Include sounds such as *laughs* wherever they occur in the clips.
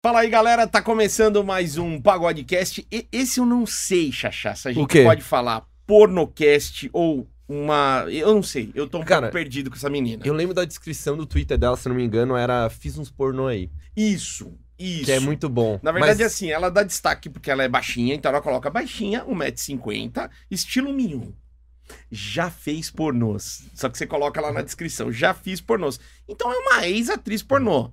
Fala aí, galera. Tá começando mais um Pagodecast. E esse eu não sei, Xaxá, se a gente quê? pode falar pornocast ou uma. Eu não sei. Eu tô um Cara, pouco perdido com essa menina. É. Eu lembro da descrição do Twitter dela, se não me engano, era fiz uns pornô aí, Isso, isso. que é muito bom. Na verdade, Mas- assim, ela dá destaque porque ela é baixinha, então ela coloca baixinha, 1,50m, estilo mignon. Já fez pornôs. Só que você coloca lá na descrição, já fiz pornôs. Então é uma ex-atriz pornô.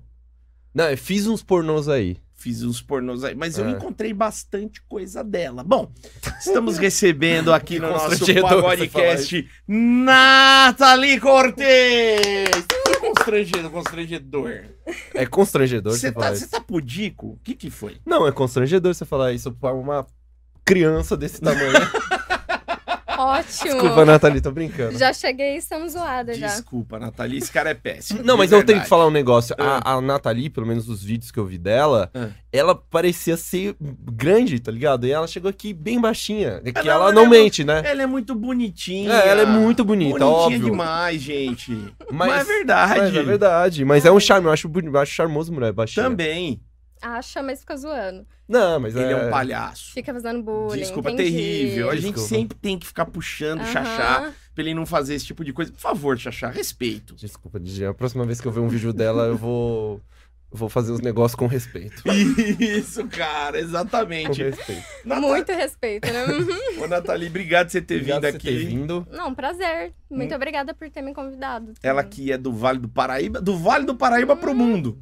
Não, é fiz uns pornôs aí. Fiz uns pornôs aí, mas eu É. encontrei bastante coisa dela. Bom, *laughs* estamos recebendo aqui no nosso Constrangedor você podcast Nathalie Cortez! Que constrangedor, constrangedor. É constrangedor você, Você falar tá, isso. você tá pudico? O que que foi? Não, é constrangedor você falar isso pra uma criança desse tamanho. *laughs* Ótimo. Desculpa, Nathalie, tô brincando. Já cheguei, estamos zoadas já. Desculpa, Nathalie, esse cara é péssimo. Não, de mas eu tenho que verdade. falar um negócio. A, a Nathalie, pelo menos os vídeos que eu vi dela, Ah. ela parecia ser grande, tá ligado? E ela chegou aqui bem baixinha. É que Ela- ela ela não é mente, né? Ela é muito bonitinha. É, ela é muito bonita, bonitinha óbvio. demais, gente. Mas, Mas, é verdade. Mas é verdade. Mas é um charme. Eu acho, boni- eu acho charmoso mulher baixinha. Também. Acha, mas fica zoando. Não, mas Ele é um palhaço. Fica fazendo bullying. Desculpa, entendi. terrível. A gente Desculpa. sempre tem que ficar puxando o Aham. Xaxá pra ele não fazer esse tipo de coisa. Por favor, Xaxá, respeito. Desculpa, DJ. A próxima vez que eu ver um vídeo dela, eu vou. eu vou fazer os negócios com respeito. Isso, cara, Com exatamente. respeito. Nata- Muito respeito, né? *laughs* Uhum. Ô, Nathalie, obrigado por você ter Obrigado vindo por aqui. você ter vindo. Não, prazer. Muito Hum. obrigada por ter me convidado. Ela que é do Vale do Paraíba, do Vale do Paraíba pro mundo.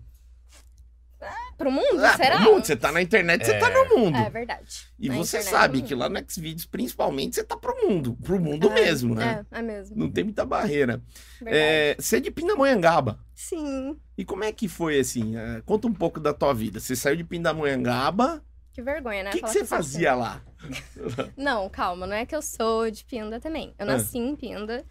Pro mundo? Ah, Hum. Será? pro mundo. Você tá na internet, você tá no mundo. É verdade. E Na você internet, sabe pro que mundo. lá no Xvideos, principalmente, você tá pro mundo. Pro mundo É, mesmo, né? É, é mesmo. Não tem muita barreira. Verdade. É, você é de Pindamonhangaba. Sim, E como é que foi, assim? é, conta um pouco da tua vida. Você saiu de Pindamonhangaba. que vergonha, O né? que, que Falar você eu sou assim. fazia lá? Não, calma, não é que eu sou de Pinda também. Eu Ah. nasci em Pinda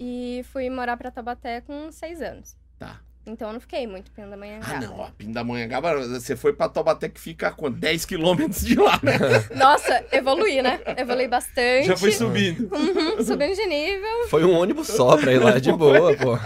e fui morar pra Tabaté com seis anos. Tá. Então eu não fiquei muito Pinda amanhã. Ah, não. Ó, Pindamonhangaba, você foi pra Taubaté que fica a quanto? 10 quilômetros de lá, né? Nossa, evoluí, né? Evoluí bastante. Já foi subindo. Uhum, subindo de nível. Foi um ônibus só pra ir lá de *laughs* boa, pô.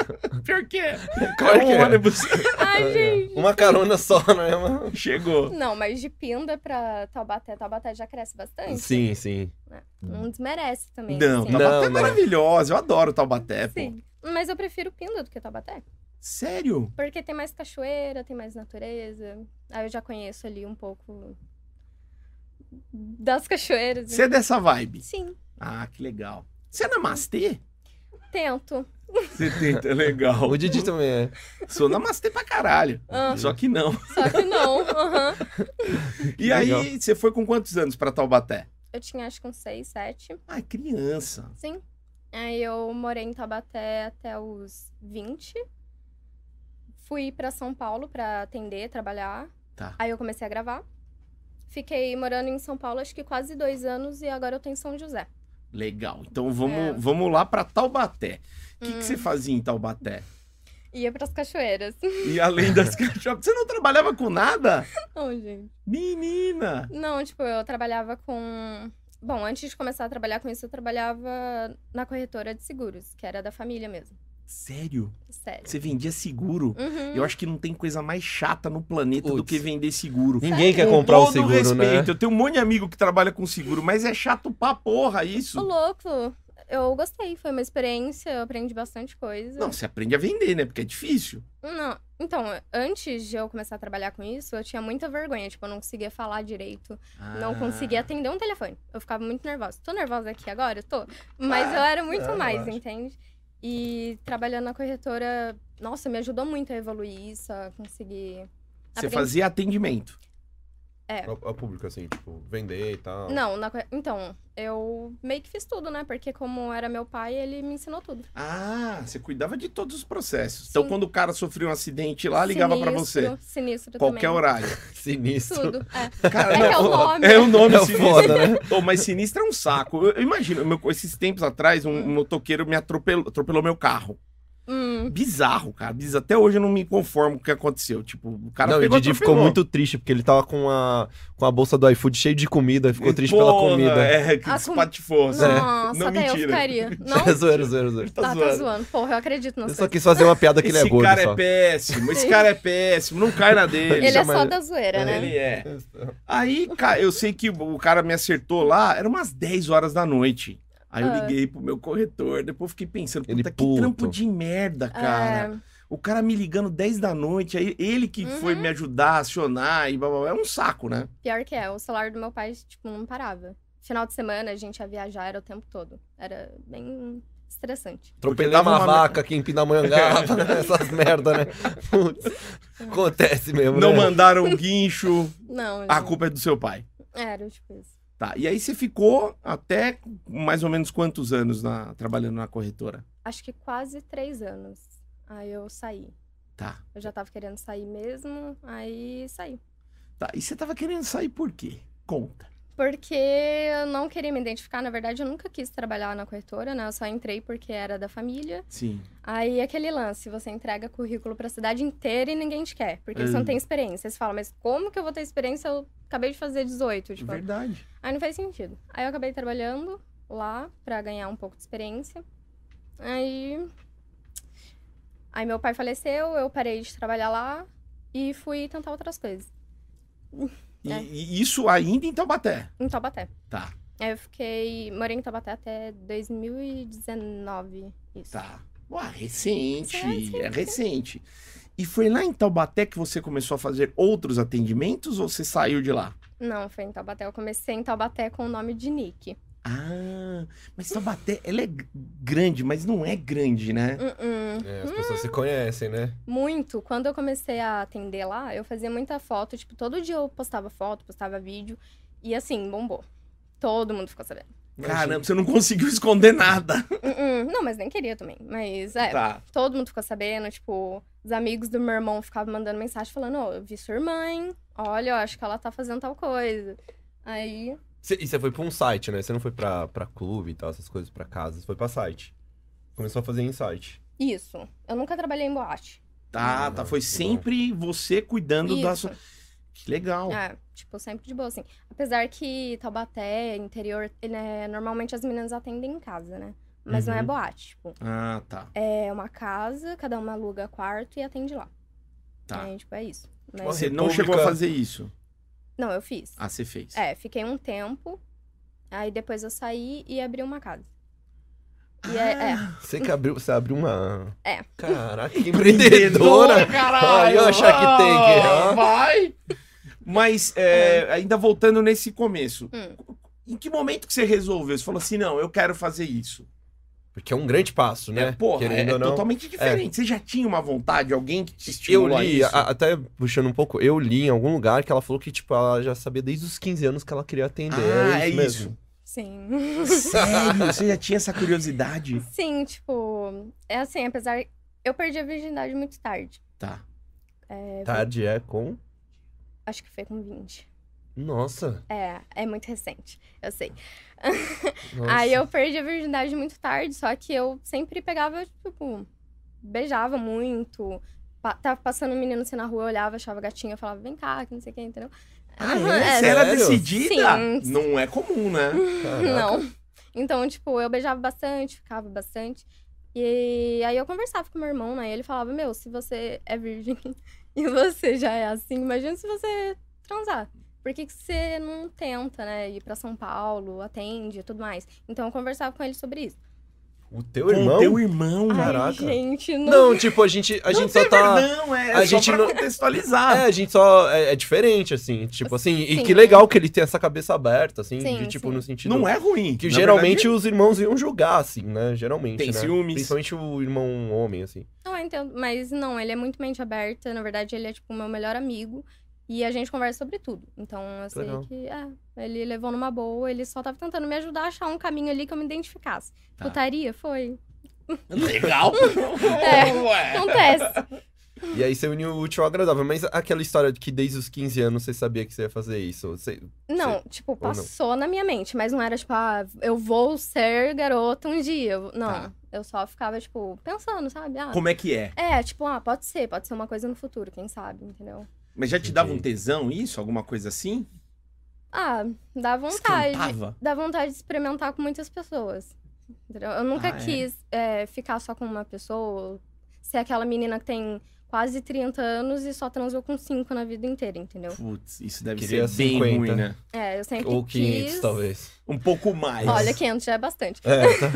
Pior que é. Claro que um é. ônibus. *laughs* Ai, gente. Uma carona só, né? Uma- Chegou. Não, mas de Pinda pra Taubaté, Taubaté já cresce bastante. Sim, sim. Não desmerece também. Não, assim. Não, Taubaté é não. maravilhosa. Eu adoro Taubaté, pô. Sim. Mas eu prefiro Pinda do que Taubaté. Sério? Porque tem mais cachoeira, tem mais natureza. Aí eu já conheço ali um pouco das cachoeiras. Você é dessa vibe? Sim, Ah, que legal. Você é namastê? tento. Você tenta, legal. O Didi também é. *laughs* Sou namastê pra caralho. Ah, Só que não. só que não. Aham. E legal. aí, você foi com quantos anos pra Taubaté? Eu tinha acho que uns seis, sete. Ah, criança. Sim. Aí eu morei em Taubaté até os 20. Fui pra São Paulo pra atender, trabalhar. Tá. Aí eu comecei a gravar. Fiquei morando em São Paulo acho que quase dois anos e agora eu tô em São José. Legal. Então vamos, É. vamos lá pra Taubaté. O que, que Hum. você fazia em Taubaté? Ia pras cachoeiras. *laughs* E além das *laughs* cachorras, você não trabalhava com nada? Não, gente. Menina! Não, tipo, eu trabalhava com. Bom, antes de começar a trabalhar com isso, eu trabalhava na corretora de seguros, que era da família mesmo. Sério? Sério. Você vendia seguro? Uhum. Eu acho que não tem coisa mais chata no planeta do Putz. que vender seguro. Ninguém quer Com comprar o todo seguro, respeito, né? eu tenho um monte de amigo que trabalha com seguro, mas é chato pra porra Ô, isso. louco! Eu gostei, foi uma experiência, eu aprendi bastante coisa. Não, você aprende a vender, né? Porque é difícil. Não, então, antes de eu começar a trabalhar com isso, eu tinha muita vergonha. Tipo, eu não conseguia falar direito, não Ah. conseguia atender um telefone. Eu ficava muito nervosa. Tô nervosa aqui agora? Eu Tô. Mas Ah, eu era é, muito não, mais, relaxa. entende? E trabalhando na corretora, nossa, me ajudou muito a evoluir isso, a conseguir. Você aprendi- fazia atendimento. Ao, ao público, assim, tipo, vender e tal. Não, na corre- então, eu meio que fiz tudo, né? Porque como era meu pai, ele me ensinou tudo. Ah, você cuidava de todos os processos. Então, Sim. quando o cara sofreu um acidente lá, ligava pra você. Sinistro, Sinistro Qualquer também. *laughs* horário. Sinistro. Tudo, *laughs* é. Cara, É que é o nome. É o nome É sinistro. foda, né? Ô, mas sinistro é um saco. Eu, eu imagino, meu- esses tempos atrás, um, um motoqueiro me atropelou, atropelou meu carro. Hum, Bizarro, cara. Biz- Até hoje eu não me conformo com o que aconteceu. Tipo, o cara não, e o pegou, Didi ficou atropelou. muito triste, porque ele tava com a, com a bolsa do iFood cheia de comida, ficou triste pela Porra, comida. É, que A Ah, com- espatifou. nossa, né? até Não, eu mentira. *laughs* ficaria. *laughs* Não? tipo, É zoeiro, zoeiro, zoeiro. Tá Tá, tá zoando. zoando. Porra, eu acredito nas Eu só coisas. quis fazer uma piada que ele é Esse gordo. cara é só. péssimo, esse Sim. cara é péssimo, não cai na dele. Ele é Chama- só da zoeira, né? Ele é. Aí, cara, eu sei que o cara me acertou lá, era umas 10 horas da noite. Aí eu Ah. liguei pro meu corretor, depois eu fiquei pensando, puta, Ele que puto. trampo de merda, cara. É, O cara me ligando 10 da noite, aí ele que Uhum. foi me ajudar a acionar e blá, blá, blá. É um saco, né? pior que é, o celular do meu pai, tipo, não parava. Final de semana a gente ia viajar, era o tempo todo. Era bem estressante. Atropelava dava uma, uma É. mer- vaca aqui em Pindamonhangaba, *laughs* *laughs* essas merda, né? Putz, acontece mesmo, Não né? mandaram *laughs* um guincho, Não, a gente, culpa é do seu pai. era tipo isso. Tá, e aí você ficou até mais ou menos quantos anos na- trabalhando na corretora? Acho que quase três anos. Aí eu saí. Tá, Eu já tava querendo sair mesmo, aí saí. tá. E você tava querendo sair por quê? Conta. Porque eu não queria me identificar, na verdade eu nunca quis trabalhar na corretora, né? Eu só entrei porque era da família. Sim. Aí aquele lance, você entrega currículo pra cidade inteira e ninguém te quer, porque eles Hum. não têm experiência. Eles falam, mas como que eu vou ter experiência? Eu acabei de fazer 18, tipo. Verdade. Aí não faz sentido. Aí eu acabei trabalhando lá pra ganhar um pouco de experiência. Aí. Aí meu pai faleceu, eu parei de trabalhar lá e fui tentar outras coisas. E, É. e isso ainda em Taubaté. Em Taubaté. Tá, Aí eu fiquei. Morei em Taubaté até 2019. Isso. tá. Ué, recente, Sim, sim, é recente. E foi lá em Taubaté que você começou a fazer outros atendimentos ou você saiu de lá? Não, foi em Taubaté. Eu comecei em Taubaté com o nome de Nick. Ah, mas Taubaté, ela é g- grande, mas não é grande, né? Uh-uh. É, as pessoas se conhecem, né? Muito. Quando eu comecei a atender lá, eu fazia muita foto. Tipo, todo dia eu postava foto, postava vídeo. E assim, bombou. Todo mundo ficou sabendo. Caramba, você não conseguiu esconder nada. Hum, hum. Não, mas nem queria também. Mas é, Tá. todo mundo ficou sabendo. Tipo, os amigos do meu irmão ficavam mandando mensagem falando: Ó, eu vi sua irmã, hein? Olha, eu acho que ela tá fazendo tal coisa. Aí. Cê- e você foi pra um site, né? Você não foi pra, pra clube e tal, essas coisas, pra casa. Você foi pra site. Começou a fazer em site. Isso. Eu nunca trabalhei em boate. Tá, tá. Foi Muito Ah, bom. sempre você cuidando da Isso. sua. Que legal. É, tipo, sempre de boa, assim. Apesar que Taubaté, interior, né, normalmente as meninas atendem em casa, né? Mas não é Uhum. boate, tipo. Ah, tá. É uma casa, cada uma aluga quarto e atende lá. Tá. É, tipo, é isso. Mas- Nossa, Você não República- chegou a fazer isso. Não, eu fiz. Ah, você fez. É, fiquei um tempo, aí depois eu saí e abri uma casa. E é, é. Ah, Você que abriu, você abriu uma. É. Caraca, *laughs* que empreendedora! caralho! Olha, eu achar que tem aqui, ó. Vai! Mas, é, ainda voltando nesse começo, Hum. em que momento que você resolveu? Você falou assim, não, eu quero fazer isso. Porque é um grande passo, né? É, porra, Querendo é ou não. totalmente diferente. Você já tinha uma vontade, alguém que te Eu estimulou a li, isso? a- até puxando um pouco, eu li em algum lugar que ela falou que, tipo, ela já sabia desde os 15 anos que ela queria atender. Ah, é mesmo. isso. Sim. *laughs* Sério? Você já tinha essa curiosidade? *laughs* Sim, tipo, é assim, apesar. Eu perdi a virgindade muito tarde. Tá. Tarde é com. Acho que foi com 20. Nossa. É, é muito recente, eu sei. nossa. Aí eu perdi a virgindade muito tarde, só que eu sempre pegava, tipo, beijava muito. pa- tava passando um menino assim na rua, eu olhava, achava gatinha, eu falava, vem cá, que não sei o que, entendeu? Ah, Aham, é? é, Você era sério? decidida? Sim. Não é comum, né? Caraca. Não. Então, tipo, eu beijava bastante, ficava bastante. E aí eu conversava com meu irmão, né? E ele falava, meu, se você é virgem *laughs* e você já é assim, imagina se você transar. Por que, que você não tenta, né? Ir pra São Paulo, atende e tudo mais. Então eu conversava com ele sobre isso. O teu Com irmão? teu irmão, Ah, cara. Caraca. Ai, gente, não. Não, tipo, a gente, a gente só tem tá. Não, é a só gente pra não- contextualizar. É, a gente só. É, é diferente, assim. Tipo assim. E Sim. que legal que ele tem essa cabeça aberta, assim. Sim, de, tipo, sim. no sentido. Não é ruim. Que Na geralmente os irmãos iam julgar, assim, né? Geralmente. Tem né? ciúmes. Principalmente o irmão homem, assim. Não, eu Ah, entendo. Mas não, ele é muito mente aberta. Na verdade, ele é, tipo, o meu melhor amigo. E a gente conversa sobre tudo. Então, eu sei Legal. que, é, ele levou numa boa. Ele só tava tentando me ajudar a achar um caminho ali que eu me identificasse. Tá. Putaria? Foi. *laughs* *laughs* Legal. É. Ué. Acontece. E aí você uniu o útil ao agradável. Mas aquela história de que desde os 15 anos você sabia que você ia fazer isso. Você... Não, tipo, não? passou na minha mente, mas não era tipo, ah, eu vou ser garota um dia. Eu- Não, Tá. eu só ficava, tipo, pensando, sabe? Ah, Como é que é? É, tipo, ah, pode ser, pode ser uma coisa no futuro, quem sabe, entendeu? Mas já te dava um Entendi. tesão isso? Alguma coisa assim? Ah, dá vontade. Esquentava? Dá vontade de experimentar com muitas pessoas. Entendeu? Eu nunca Ah, é? quis é, ficar só com uma pessoa, ser aquela menina que tem quase 30 anos e só transou com 5 na vida inteira, entendeu? Putz, isso deve Queria ser bem 50. ruim, né? É, eu sempre Ou 500, quis. talvez. Um pouco mais. *laughs* Olha, 500 já é bastante. *laughs* É, tá.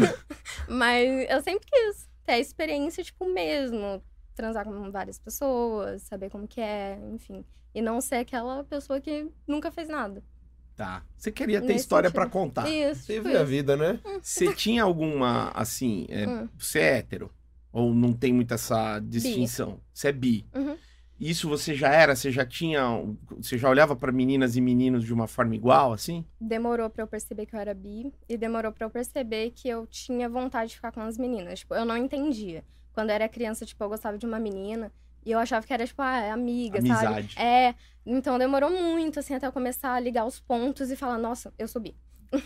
Mas eu sempre quis ter a experiência, tipo, mesmo. Transar com várias pessoas, saber como que é, enfim. E não ser aquela pessoa que nunca fez nada. Tá. Você queria ter Nesse história pra sentido. contar. Isso, tipo Teve a isso. vida, né? *laughs* Você tinha alguma, assim, é, Hum. você é hétero? Ou não tem muito essa distinção? Você é bi. Uhum. Isso você já era? Você já tinha. um- Você já olhava pra meninas e meninos de uma forma igual, assim? Demorou pra eu perceber que eu era bi. E demorou pra eu perceber que eu tinha vontade de ficar com as meninas. Tipo, eu não entendia. Quando eu era criança, tipo, eu gostava de uma menina. E eu achava que era, tipo, ah, é amiga, sabe? Amizade. É, então demorou muito, assim, até eu começar a ligar os pontos e falar, nossa, eu subi. É,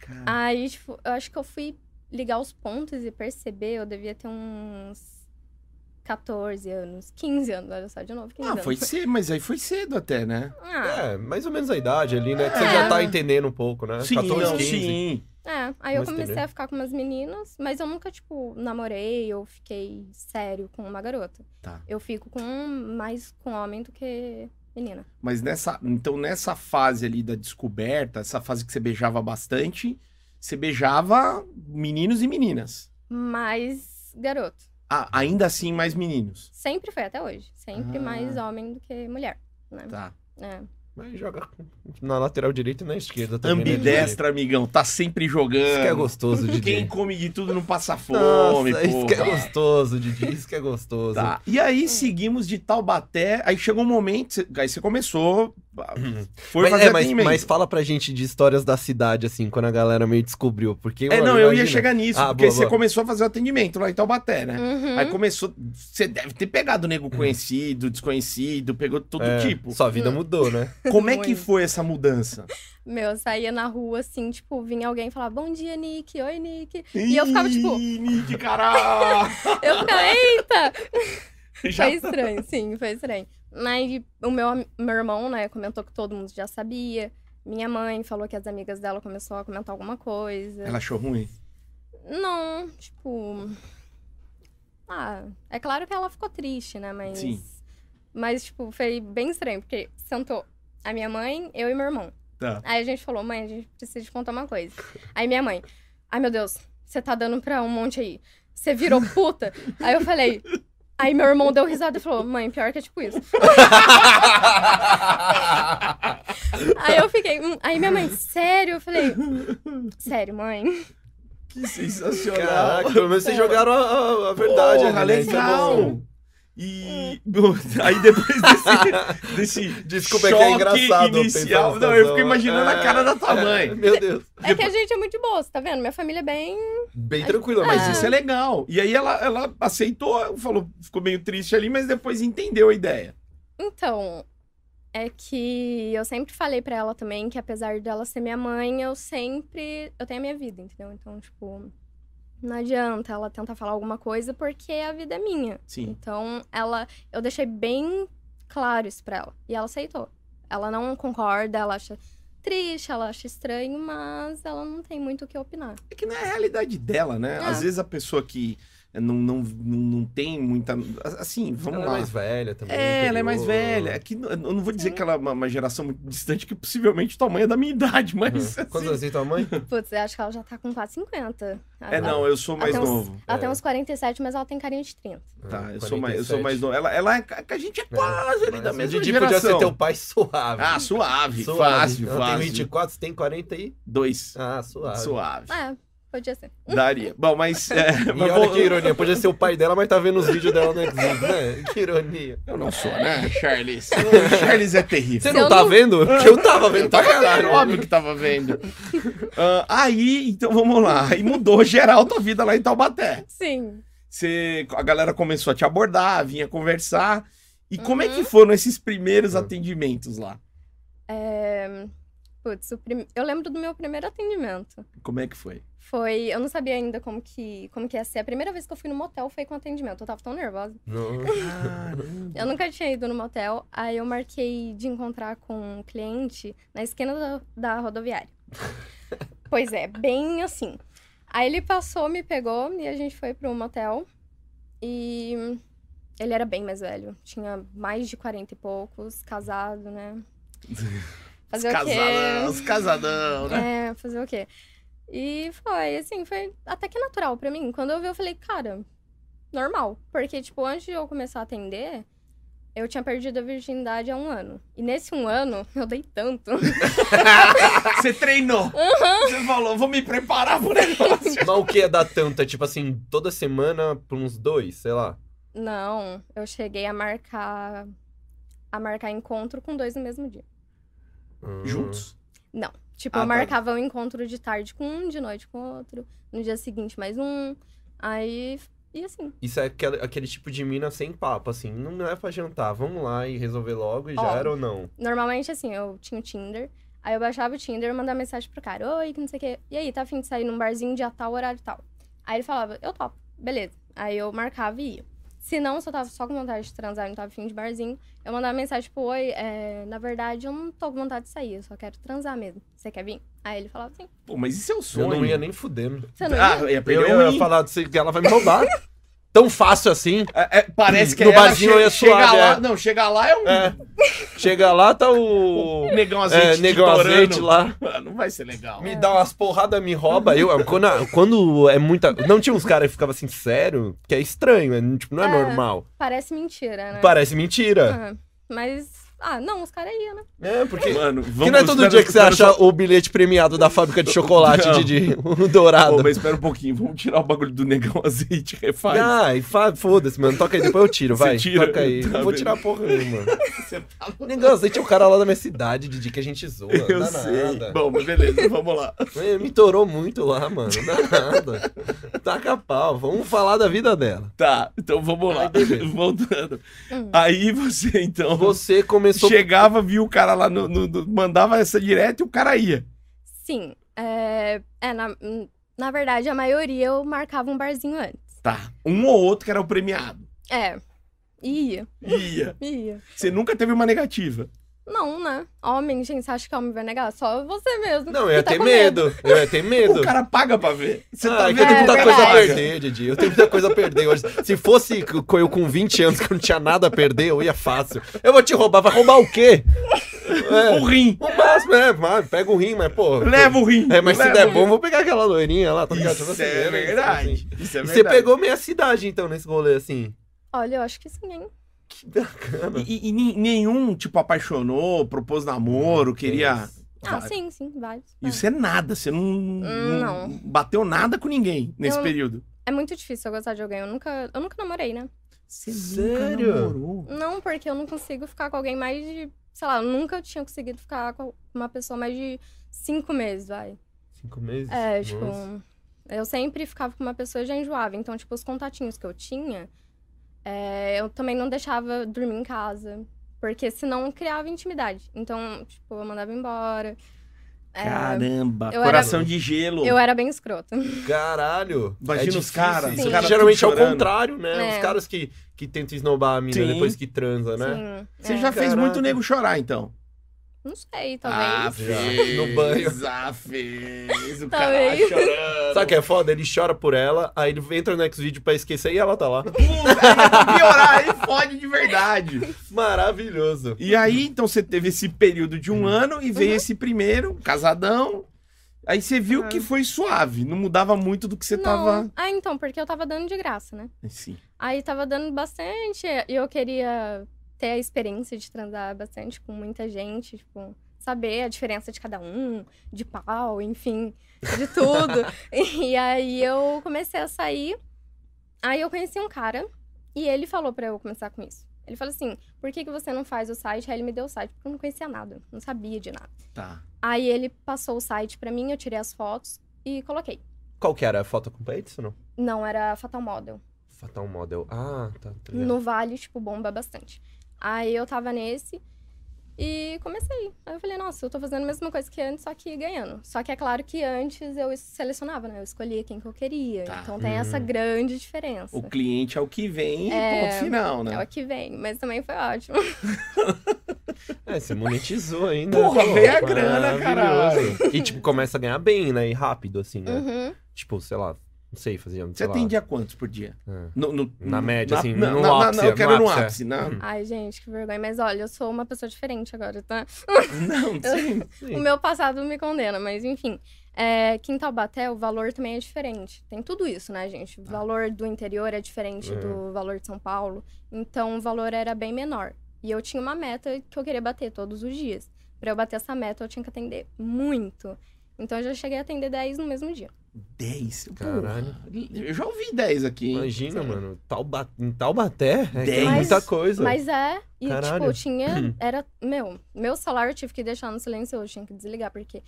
Cara, Aí, tipo, eu acho que eu fui ligar os pontos e perceber, eu devia ter uns 14 anos, 15 anos, olha só, de novo, 15 ah, anos. foi cedo, mas aí foi cedo até, né? Ah, É, mais ou menos a idade ali, né? Que você É. já tá entendendo um pouco, né? Sim, 14, não, 15. sim. é. Aí eu Mas comecei entendeu? a ficar com umas meninas, mas eu nunca, tipo, namorei ou fiquei sério com uma garota. Tá. Eu fico com mais com homem do que menina. Mas nessa. Então, nessa fase ali da descoberta, essa fase que você beijava bastante, você beijava meninos e meninas. Mais garoto. Ah, ainda assim, mais meninos. Sempre foi, até hoje. Sempre Ah. mais homem do que mulher, né? Tá. É. Mas joga na lateral direita e na esquerda também. né, Ambidestra, amigão, tá sempre Didi? jogando. Isso que é gostoso, Didi. Quem come de tudo não passa Nossa, fome, isso que é porra. gostoso, Didi. Isso que é gostoso. Tá. E aí seguimos de Taubaté, aí chegou um momento, cê- aí você começou, ah, foi Mas, fazer é, mas, atendimento. mas fala pra gente de histórias da cidade, assim, quando a galera meio descobriu. Porque, É, mano, não, eu ia imagina. chegar nisso, Ah, porque boa, você boa. começou a fazer o atendimento lá em Taubaté, né? Uhum. Aí começou, você deve ter pegado nego conhecido, desconhecido, pegou de todo Uhum. É, tipo. Sua vida Hum. mudou, né? Como é que Muito. foi essa mudança? Meu, eu saía na rua assim, tipo, vinha alguém e falava, bom dia, Nick, oi, Nick. E eu ficava, tipo- Ih, Nick, *laughs* caralho! Eu ficava, eita! Já- Foi estranho, sim, foi estranho. Mas o meu, am- meu irmão, né, comentou que todo mundo já sabia. Minha mãe falou que as amigas dela começou a comentar alguma coisa. Ela achou ruim? Não, tipo. Ah, é claro que ela ficou triste, né? Mas. Sim. Mas, tipo, foi bem estranho, porque sentou a minha mãe, eu e meu irmão. Tá. Aí a gente falou, mãe, a gente precisa te contar uma coisa. Aí minha mãe, ai meu Deus, você tá dando pra um monte aí. Você virou puta? aí eu falei. Aí meu irmão deu risada e falou, mãe, pior que é tipo isso. Aí eu fiquei. "Hum." Aí minha mãe, sério? Eu falei, sério, mãe. Que sensacional! Caraca, pelo menos vocês jogaram a, a- a verdade, Porra, ali, né? Isso é legal. bom. E *laughs* Bom, aí depois desse, desse *laughs* Desculpa, é que é engraçado pensar inicial. nessa Não, eu situação. fico imaginando a É. cara da tua É, mãe. Meu Deus. É que a gente é muito boa, você tá vendo? Minha família é bem. Bem tranquila, Mas mas Ah. isso é legal. E aí ela, ela aceitou, falou, ficou meio triste ali, mas depois entendeu a ideia. Então, é que eu sempre falei pra ela também que apesar dela ser minha mãe, eu sempre. Eu tenho a minha vida, entendeu? Então, tipo, não adianta ela tentar falar alguma coisa porque a vida é minha. Sim. Então, ela. Eu deixei bem claro isso pra ela. E ela aceitou. Ela não concorda, ela acha triste, ela acha estranho, mas ela não tem muito o *laughs* que opinar. É que não é a realidade dela, né? É. Às vezes a pessoa que não, não, não, não tem muita. Assim, vamos ela lá. é mais velha também. É, ela é mais interior. velha. É que eu não vou dizer Sim. que ela é uma, uma geração muito distante, que possivelmente tua mãe é da minha *laughs* idade, mas. Uhum. assim, Quantos anos tem tua mãe? Putz, eu acho que ela já tá com quase 50. É, não, eu sou mais Até uns- novo. Ela tem é. uns 47, mas ela tem carinha de 30. Tá, Ah, eu sou mais, eu 47. sou mais novo. Ela, ela é, a gente é É, quase ali da mas mesma o Didi geração. podia ser teu pai suave. Ah, suave, Suave. fácil, Ela fácil. tem 24, você tem 40 e... Dois, Ah, suave. É, suave. É, podia ser. Daria. Bom, mas... *laughs* é, E mas olha bom, que ironia, podia ser o pai dela, mas tá vendo os vídeos dela no Xvideos, né? Que ironia. Eu não sou, *laughs* né, Charles? O Charles é terrível. tá Você eu não tá não- *laughs* vendo? Porque eu tava vendo pra Era tá caralho. óbvio que tava vendo. Ah, aí, então vamos lá. Aí mudou geral tua vida lá em Taubaté. Sim. você, a galera começou a te abordar, vinha conversar. E como é que foram esses primeiros Uhum. atendimentos lá? É, Putz, o prim- eu lembro do meu primeiro atendimento. Como é que foi? Foi. Eu não sabia ainda como que, como que ia ser. A primeira vez que eu fui no motel foi com atendimento. Eu tava tão nervosa. Nossa. Ah, Eu nunca tinha ido no motel. Aí eu marquei de encontrar com um cliente na esquina da, da rodoviária. pois é, bem assim. Aí ele passou, me pegou e a gente foi pro motel. E ele era bem mais velho. Tinha mais de 40 e poucos, casado, né? Fazer o quê? casadão, os casadão, né? É, fazer o quê? E foi, assim, foi até que natural pra mim. Quando eu vi, eu falei, cara, normal. Porque, tipo, antes de eu começar a atender, eu tinha perdido a virgindade há um ano. E nesse um ano, *laughs* eu dei tanto. Você treinou. Você falou, vou me preparar pro negócio. Mas o que é dar tanta? Tipo assim, toda semana por uns dois, sei lá. Não, eu cheguei a marcar. A marcar encontro com dois no mesmo dia. Hum. Juntos? Tipo, Ah, eu tá. marcava um encontro de tarde com um, de noite com outro, no dia seguinte mais um. Aí. E assim. Isso é aquele, aquele tipo de mina sem papo, assim. Não é pra jantar, vamos lá e resolver logo e Ó. já era ou não? Normalmente, assim, eu tinha o Tinder. Aí eu baixava o Tinder e mandava mensagem pro cara. Oi, que não sei o quê. E aí, tá afim de sair num barzinho dia tal, horário tal. Aí ele falava, eu topo. Beleza. Aí eu marcava e ia. Se não, se eu tava só com vontade de transar e não tava afim de barzinho, eu mandava mensagem, tipo, oi, é, na verdade, eu não tô com vontade de sair, eu só quero transar mesmo. Você quer vir? Aí ele falava assim, Pô, mas isso é um Eu sonho. não ia nem fudendo. você não Ah, ia? eu ia Eu, perder eu o ia rim. falar disso que ela vai me *laughs* roubar. Tão fácil assim. É, é, parece que No ela barzinho eu ia chegar suave, lá. é. Não, chegar lá é um Chega lá, tá o. negão azeite. É, te negão torando. azeite lá. Ah, Não vai ser legal. Me dá umas porradas, me rouba. Eu, quando, a- quando é muita. Não tinha uns caras que ficavam assim, sério? Que é estranho, é, tipo, não é, É. normal. Parece mentira, né? Parece mentira. Ah, mas, ah, não, os caras iam, né? É, porque. Mano, Que vamos não é todo espera- dia que você espera acha só- o bilhete premiado da fábrica de chocolate, Não. Didi, *laughs* o dourado. Pô, mas espera um pouquinho. Vamos tirar o bagulho do negão azeite, refaz. Ai, Ah, fa- foda-se, mano. Toca aí, depois *laughs* eu tiro, Você vai. tira? Toca aí. Tá, não vou beleza. tirar porra nenhuma. Você tá louco. Negão, azeite é o cara lá da minha cidade, Didi, que a gente zoa. Eu não dá sei. nada. Bom, mas beleza, vamos lá. É, Me torou muito lá, mano. Não dá nada. Taca pau. Vamos falar da vida dela. Tá, então vamos lá. Ai, beleza. *laughs* Voltando. Hum. Aí você, então, Você começou. chegava, via o cara lá, no, no- no- mandava essa direto e o cara ia. Sim. É, é, na, na verdade, a maioria eu marcava um barzinho antes. Tá. Um ou outro que era o premiado. É. Ia, Ia. ia. Você nunca teve uma negativa. Não, né? Homem, gente, você acha que homem vai negar? Só você mesmo. Não, eu ia que tá ter com medo. Eu ia ter medo. O cara paga pra ver. Você tá Ai, vendo que Ah, eu tenho É, muita o cara coisa a paga? perder, Didi. Eu tenho muita coisa a perder hoje. Se fosse co- eu com 20 anos que eu não tinha nada a perder, eu ia fácil. Eu vou te roubar. Vai roubar o quê? O rim. O máximo, é. mas Pega o rim, mas, pô. Leva o rim. É, mas se Leva der o bom, rim. vou pegar aquela loirinha lá, tá ligado? Tipo Isso assim, é né? verdade. Isso é E verdade. Você pegou meia cidade, então, nesse rolê, assim. Olha, eu acho que sim, hein? Que bacana. E, e- e ni- nenhum, tipo, apaixonou, propôs namoro, queria. Ah, Vai. sim, sim, vários. vários. Isso é nada, você não, não. bateu nada com ninguém nesse Eu- período. É muito difícil eu gostar de alguém. Eu nunca, eu nunca namorei, né? Você Sério? namorou? Não, porque eu não consigo ficar com alguém mais de. Sei lá, eu nunca tinha conseguido ficar com uma pessoa mais de cinco meses, vai. Cinco meses? É, tipo. Nossa. Eu sempre ficava com uma pessoa e já enjoava. Então, tipo, os contatinhos que eu tinha, é, eu também não deixava dormir em casa. Porque senão criava intimidade. Então, tipo, eu mandava embora. É, Caramba, Né? eu era- coração de gelo. eu era bem escrota. Caralho. É Imagina os difícil. caras, os Isso caras geralmente é o tudo chorando. contrário, né? É. Os caras que, que tentam esnobar a mina Sim. depois que transa, né? Sim. Você é. já fez Caraca. Ah, muito nego chorar, então. Não sei, talvez. fez. No banho. Ah, fez. O cara Talvez. chorando. Sabe o que é foda? Ele chora por ela, aí ele entra no next vídeo pra esquecer e ela *laughs* tá lá. Puta, aí vai piorar, aí fode de verdade. Maravilhoso. E aí, então você teve esse período de Uhum. um ano e veio Uhum. esse primeiro, casadão. Aí você viu que foi suave, não mudava muito do que você não. tava. Ah, então, porque eu tava dando de graça, né? Sim. Aí tava dando bastante e eu queria ter a experiência de transar bastante com muita gente, tipo, saber a diferença de cada um, de pau, enfim, de tudo. e aí eu comecei a sair. Aí eu conheci um cara e ele falou pra eu começar com isso. Ele falou assim: por que, que você não faz o site? Aí ele me deu o site, porque eu não conhecia nada, não sabia de nada. Tá. Aí ele passou o site pra mim, eu tirei as fotos e coloquei. Qual que era? Foto com peitos ou não? Não era Fatal Model. Fatal Model. Ah, tá. tá É. ligado. No vale, tipo, bomba bastante. Aí eu tava nesse e comecei. Aí eu falei, nossa, eu tô fazendo a mesma coisa que antes, só que ganhando. Só que é claro que antes eu selecionava, né? Eu escolhia quem que eu queria. Tá. Então tem essa Hum. grande diferença. O cliente é o que vem e É, ponto final, É né? o que vem, mas também foi ótimo. É, você monetizou ainda. Porra, Pô, veio a grana, maravilhoso. E, tipo, começa a ganhar bem, né? E rápido, assim, É. né? *laughs* Uhum. Tipo, sei lá, não sei, fazia. sei Você lá. atendia quantos por dia? Ah. No- no- Na no- média, assim, na, no na- na- ápice, eu quero no no ápice. é. ápice. na- Ai, gente, que vergonha. Mas olha, eu sou uma pessoa diferente agora, tá? Não, *laughs* sim. Sim. O meu passado me condena, mas enfim. É, que em Taubaté, o valor também é diferente. Tem tudo isso, né, gente? O valor do interior é diferente Ah. É. do valor de São Paulo. Então, o valor era bem menor. E eu tinha uma meta que eu queria bater todos os dias. Pra eu bater essa meta, eu tinha que atender muito. Então, eu já cheguei a atender 10 no mesmo dia. 10. Caralho. Eu já ouvi 10 aqui, hein? Imagina, mano. Tauba... Em Taubaté é que é Dez. muita coisa. Mas é, e Caralho. tipo, *clears throat* eu tinha. Era. Meu, meu celular eu tive que deixar no silêncio, eu tinha que desligar, porque.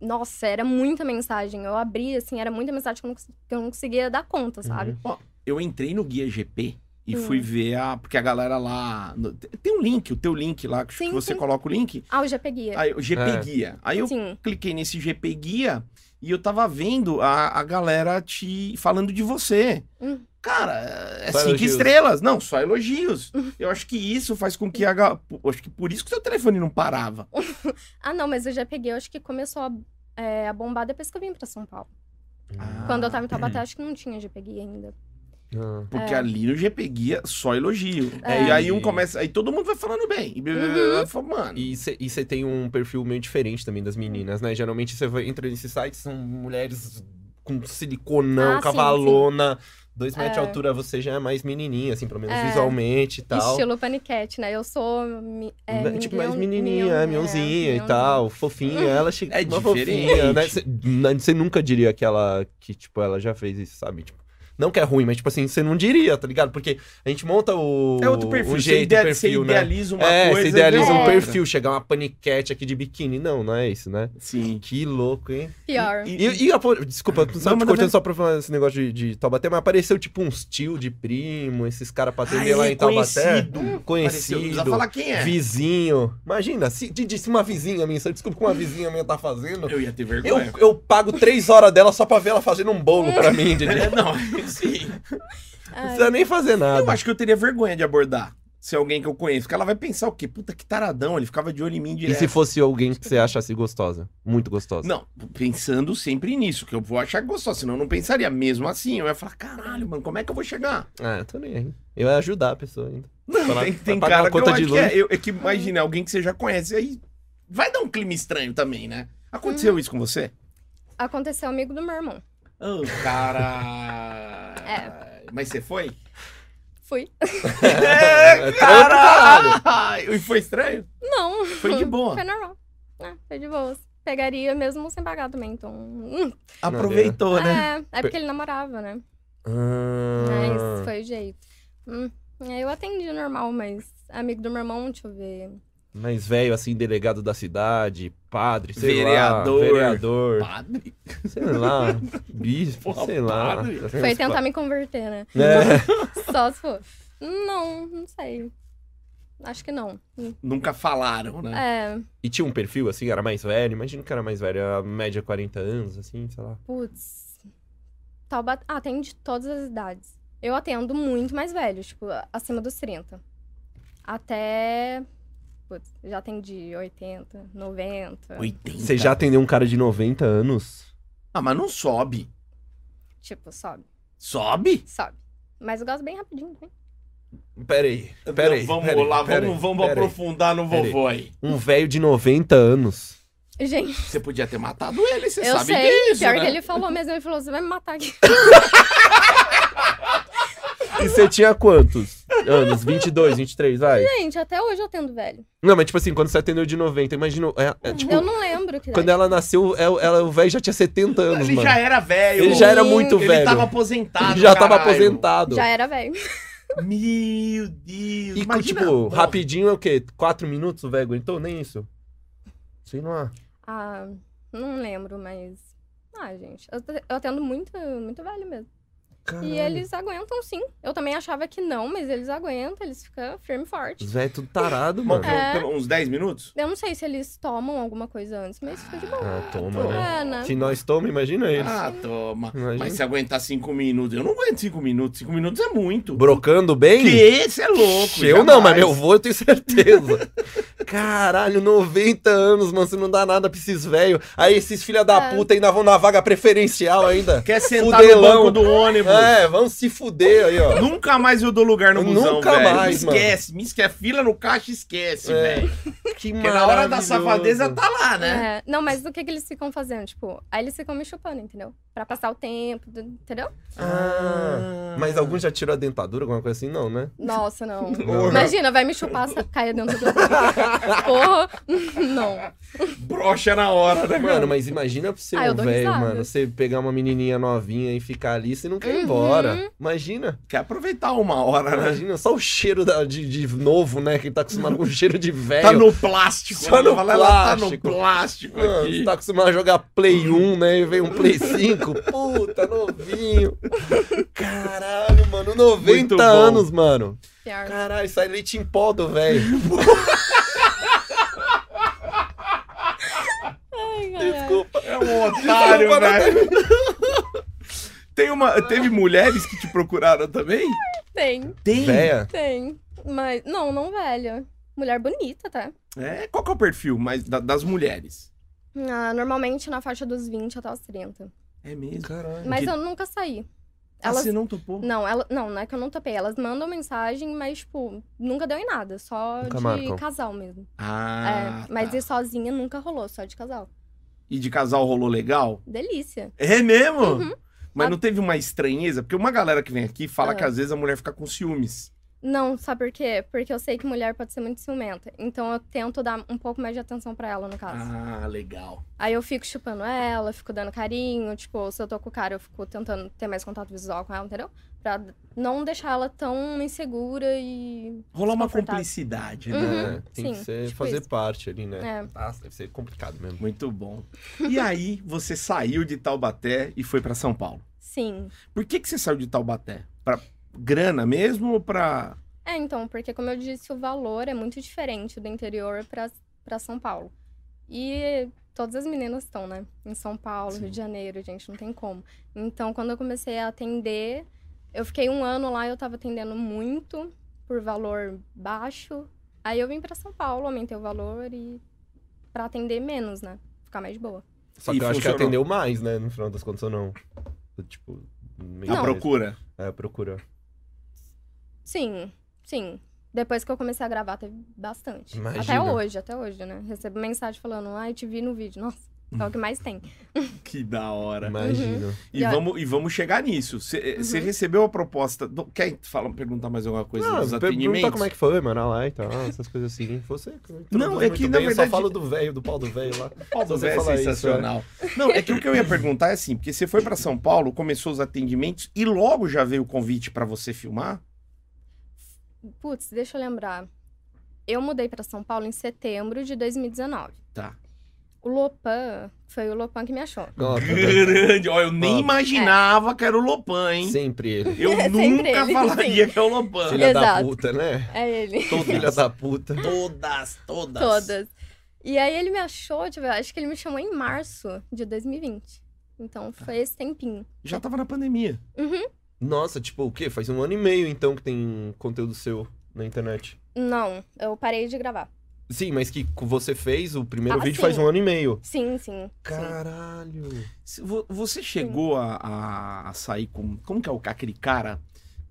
Nossa, era muita mensagem. Eu abri, assim, era muita mensagem que eu não, cons- que eu não conseguia dar conta, sabe? Ó, eu entrei no Guia GP e Hum. fui ver a. Porque a galera lá. no- tem um link, o teu link lá, que Sim, você sim. coloca o link. Ah, eu já peguei. Aí, o GP É. Guia. Aí eu Sim. cliquei nesse GP Guia e eu tava vendo a, a galera te falando de você. Hum. Cara, é Só cinco elogios. estrelas. Não, só elogios. Hum. Eu acho que isso faz com que a. ga- eu Acho que por isso que o seu telefone não parava. Ah, não, mas eu já peguei, eu acho que começou a, é, a bombar depois que eu vim pra São Paulo. Ah. Quando eu tava em Taubaté, acho que não tinha já peguei ainda. Ah. Porque ali no GP Guia só elogio. É. E aí um começa. Aí todo mundo vai falando bem. E blá, blá, blá, blá, fala, mano. E você tem um perfil meio diferente também das meninas, né? Geralmente você entra nesses sites, são mulheres com siliconão, Ah, sim, cavalona, dois metros de É. altura, você já é mais menininha, assim, pelo menos É. visualmente e tal. Estilo paniquete, né? Eu sou. mi- é, Né, tipo, mais mignon- menininha, mignon- é, é, mionzinha e mionzinha. tal, fofinha. Ela chega É uma diferente. fofinha, né? Você nunca diria que ela, que, tipo, ela já fez isso, sabe? Tipo, não que é ruim, mas, tipo assim, você não diria, tá ligado? Porque a gente monta o, É outro perfil. o jeito, você, o idea- perfil, você né? idealiza uma é, coisa. você idealiza um né? É. perfil, chegar uma paniquete aqui de biquíni. Não, não é isso, né? Sim. Que louco, hein? Pior. E- E, e a po- desculpa, só Não, te manda cortando ver. só pra falar esse negócio de, de Taubaté, mas apareceu tipo uns tio de primo, esses caras pra atender Ah, lá ele em é Taubaté. Hum, conhecido. Apareceu, Conhecido, não precisa falar quem é. vizinho. Imagina, se, Didi, se uma vizinha minha, se- desculpa o que uma vizinha minha tá fazendo, Eu ia ter eu, vergonha. eu pago três horas dela só pra ver ela fazendo um bolo *laughs* pra mim, Didi. *laughs* É, não, sim. Não precisa nem fazer nada. Eu acho que eu teria vergonha de abordar. Se é alguém que eu conheço. Porque ela vai pensar o quê? Puta que taradão, ele ficava de olho em mim E direto. se fosse alguém que você achasse gostosa? Muito gostosa. é. Não, pensando sempre nisso, que eu vou achar gostoso, senão eu não pensaria. Mesmo assim, eu ia falar, caralho, mano, como é que eu vou chegar? Ah, tô nem aí. Eu ia ajudar a pessoa ainda. Não, Falar- tem, tem vai pagar cara uma conta que eu acho de que luz. é, eu- é que imagina, é alguém que você já conhece, aí vai dar um clima estranho também, né? Aconteceu Hum. isso com você? Aconteceu um amigo do meu irmão. Oh, *laughs* cara... É. Mas você foi? Fui. É, caralho! E foi estranho? Não. Foi de boa. Foi normal. É, foi de boa. Pegaria mesmo sem pagar também, então. hum. Aproveitou, né? É, é porque ele namorava, né? Mas Ah, foi o jeito. Hum. É, Eu atendi normal, mas amigo do meu irmão, deixa eu ver. mas velho, assim, delegado da cidade, padre, sei Vereador. lá, vereador, É. Padre? sei lá, *laughs* bispo, Porra, sei lá. padre. Foi tentar me converter, né? É. Só se for. Não, não sei. Acho que não. Nunca falaram, né? É, E tinha um perfil, assim, era mais velho, imagino que era mais velho, a média 40 anos, assim, sei lá. putz. Taubaté. Ah, tem de todas as idades. Eu atendo muito mais velhos, tipo, acima dos 30. Até. Putz, já atendi 80, 90. 80. Você já atendeu um cara de 90 anos? Ah, mas não sobe. Tipo, sobe, Sobe? sobe. Mas eu gosto bem rapidinho, né? Pera aí, pera aí. Não, vamos pera aí, lá, pera aí, vamos, vamos pera aí. aprofundar no Pera aí. vovô aí. Um velho de 90 anos. Gente, Você podia ter matado ele, você eu sabe sei. disso, pior né? que ele falou mesmo, ele falou: você vai me *laughs* matar aqui. E você tinha quantos anos? 22, 23, vai. Gente, até hoje eu atendo velho. Não, mas tipo assim, quando você atendeu de 90, imagina. é- é, tipo, Eu não lembro que. Quando ela nasceu, ela, ela- o velho já tinha 70 anos, Ele mano. já era velho. ele já era muito Ele velho. tava aposentado, Ele já tava caralho. aposentado. Já era velho. Meu Deus. E, imagina, tipo, porra. rapidinho é o quê? Quatro minutos o velho aguentou? Nem isso. Sei lá. Ah, não lembro, mas. Ah, gente, eu, te- eu atendo muito, muito velho mesmo. Caralho. E eles aguentam sim. Eu também achava que não, mas eles aguentam, eles ficam firme e forte. Os velhos tudo tarado, Bom, mano. É. pelo- uns 10 minutos? Eu não sei se eles tomam alguma coisa antes, mas fica de boa. Ah, toma, Pô. né? É, né? Se nós toma, imagina eles. Ah, toma. Imagina. Mas se aguentar 5 minutos, eu não aguento 5 minutos. 5 minutos é muito. Brocando bem? Que? Você é louco. Eu não, mas jamais. meu avô eu tenho certeza. Caralho, 90 anos, mano, você não dá nada pra esses velhos. Aí esses filha da É. puta ainda vão na vaga preferencial ainda. Quer sentar Fudelão. no banco do ônibus. É, vão se fuder *laughs* aí, ó. Nunca mais eu dou lugar no busão, Nunca velho. mais, mano. esquece, me esquece. Fila no caixa, esquece, É. velho. Que Porque na hora da maravilhoso. safadeza tá lá, né? É, não, mas o que, que eles ficam fazendo? Tipo, aí eles ficam me chupando, entendeu? Pra passar o tempo, do- entendeu? Ah, Mas algum já tirou a dentadura, alguma coisa assim? Não, né? Nossa, *laughs* não. Não. Ah, Imagina, vai me chupar, sa- caia *laughs* dentro do. Porra, *laughs* não. Brocha na hora, né, Mano, mas imagina pra você, Ah, eu um dou velho, risada. mano, você pegar uma menininha novinha e ficar ali, você não quer ir embora. Imagina. Quer aproveitar uma hora, né? Imagina só o cheiro da- de, de novo, né? Que tá acostumado com o cheiro de É, velho. Tá no plástico. Só ela no fala, ela tá no plástico. plástico Mano, aqui. você tá acostumado a jogar Play 1, né? E vem um Play 5. Puta, novinho. Caralho, mano. 90 Muito bom. anos, mano. Pior. Caralho, sai leite em pó do velho. Ai, caralho. Desculpa. É um otário, Desculpa, não velho. Tem uma, teve mulheres que te procuraram também? Tem, Tem. Véia. tem. Mas, não, não velha. Mulher bonita, tá? É, qual que é o perfil mais da- das mulheres? Ah, normalmente na faixa dos 20 até os 30. É mesmo. Caralho. Mas Que- eu nunca saí. Ah, Elas você não topou? Não, ela, não, não é que eu não topei. Elas mandam mensagem, mas, tipo, nunca deu em nada. Só Nunca de marcam. casal mesmo. Ah, É, mas tá. ir sozinha nunca rolou, só de casal. E de casal rolou legal? Delícia. É mesmo? Uhum. Mas A- não teve uma estranheza? Porque uma galera que vem aqui fala Ah. que às vezes a mulher fica com ciúmes. Não, sabe por quê? Porque eu sei que mulher pode ser muito ciumenta. Então eu tento dar um pouco mais de atenção pra ela, no caso. Ah, legal. Aí eu fico chupando ela, fico dando carinho. Tipo, se eu tô com o cara, eu fico tentando ter mais contato visual com ela, entendeu? Pra não deixar ela tão insegura e. Rolar uma Desconfortável. cumplicidade, né? Uhum. É, tem que Sim, ser, tipo fazer isso. parte ali, né? É. Nossa, deve ser complicado mesmo. Muito bom. E aí, você saiu de Taubaté e foi pra São Paulo. Sim. Por que, que você saiu de Taubaté? Pra grana mesmo ou pra. É, então, porque como eu disse, o valor é muito diferente do interior pra pra São Paulo. E todas as meninas estão, né? Em São Paulo, Rio de Janeiro, gente, não tem como. Então, quando eu comecei a atender, eu fiquei um ano lá e eu tava atendendo muito por valor baixo. Aí eu vim pra São Paulo, aumentei o valor e pra atender menos, né? Ficar mais de boa. Só E que eu acho que funcionou. atendeu mais, né? No final das contas, ou não. Tipo, meio A mais. procura? É, a procura. Sim, sim. Depois que eu comecei a gravar, teve bastante. Imagina. Até hoje, até hoje, né? Recebo mensagem falando, ai, te vi no vídeo. Nossa, é o que mais tem. Que da hora. Imagina. E, E Uhum. olha- vamos, e vamos chegar nisso. Você você recebeu a proposta. do- Quer falar, perguntar mais alguma coisa Não, dos Ah, per- atendimentos? perguntar como é que foi, mano, lá e tal, essas coisas assim. Você introduz Não, é muito que, na bem, Eu verdade- só falo do velho, do pau do velho lá. Paulo Só você Bé é falar isso, né? sensacional. Não, é que o que eu ia perguntar é assim, porque você foi pra São Paulo, começou os atendimentos e logo já veio o convite pra você filmar? Putz, deixa eu lembrar. Eu mudei pra São Paulo em setembro de 2019. *laughs* Tá. O Lopan, foi o Lopan que me achou. Nossa, velho, Grande, ó, eu nem Ó. imaginava que era o Lopan, hein? sempre ele. Eu É *laughs* sempre nunca ele, falaria que é o Lopan. Filha da Exato. puta, né? É *laughs* ele. Todo filha da puta. Todas, todas. Todas. E aí ele me achou, tipo, eu acho que ele me chamou em março de 2020. Então foi esse tempinho. Já tava na pandemia. Nossa, tipo, o quê? Faz um ano e meio, então, que tem conteúdo seu na internet. Não, eu parei de gravar. Sim, mas que você fez, o primeiro Ah, vídeo sim. faz um ano e meio. Sim, sim. sim. Caralho. Se vo- Você chegou a, a- a sair com. Como que é o, aquele cara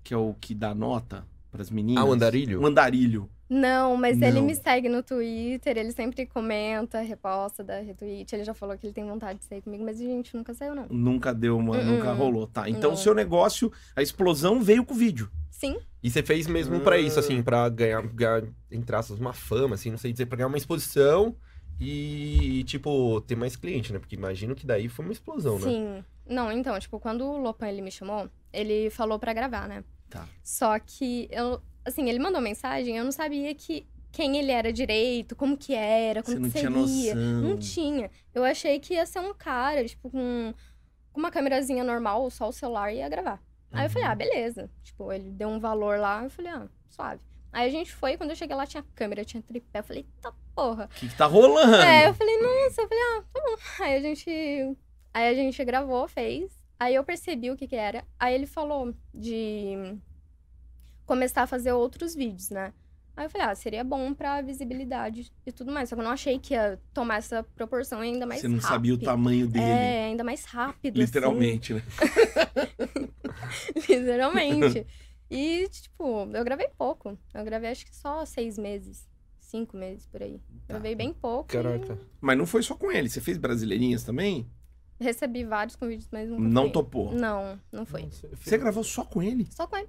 que é o que dá nota pras meninas? Ah, o andarilho? O andarilho. Não, mas ele Não. me segue no Twitter, ele sempre comenta, reposta, dá retweet. Ele já falou que ele tem vontade de sair comigo, mas a gente nunca saiu, não. Nunca deu uma. Hum, Nunca hum. rolou, tá? Então o Não. seu negócio, a explosão veio com o vídeo. Sim, E você fez mesmo pra isso, assim, pra ganhar, ganhar, entre aspas, uma fama, assim, não sei dizer, pra ganhar uma exposição e, tipo, ter mais cliente, né? Porque imagino que daí foi uma explosão, né? Sim. Não, então, tipo, quando o Lopan ele me chamou, ele falou pra gravar, né? Tá. Só que eu, assim, ele mandou mensagem, eu não sabia que quem ele era direito, como que era, como Você não que tinha seria. É Não noção. tinha. Eu achei que ia ser um cara, tipo, com com uma câmerazinha normal, só o celular e ia gravar. Aí eu falei, ah, beleza. Tipo, ele deu um valor lá, eu falei, ah, suave. Aí a gente foi, quando eu cheguei lá tinha câmera, tinha tripé, eu falei, tá porra. O que, que tá rolando? *laughs* É, eu falei, nossa, eu falei, ah, tá bom. Aí a gente. Aí a gente gravou, fez. Aí eu percebi o que que era. Aí ele falou de começar a fazer outros vídeos, né? Aí eu falei, ah, seria bom pra visibilidade e tudo mais. Só que eu não achei que ia tomar essa proporção ainda mais Você não sabia o rápido. tamanho dele, É, ainda mais rápido. assim. literalmente, né? *laughs* *laughs* Literalmente. E, tipo, eu gravei pouco. Eu gravei acho que só seis meses. Cinco meses por aí. Tá. Gravei bem pouco. e Caraca. Mas não foi só com ele. Você fez brasileirinhas também? Recebi vários convites, mas nunca Não fui. topou. Não, não foi. Você gravou só com ele? Só com ele.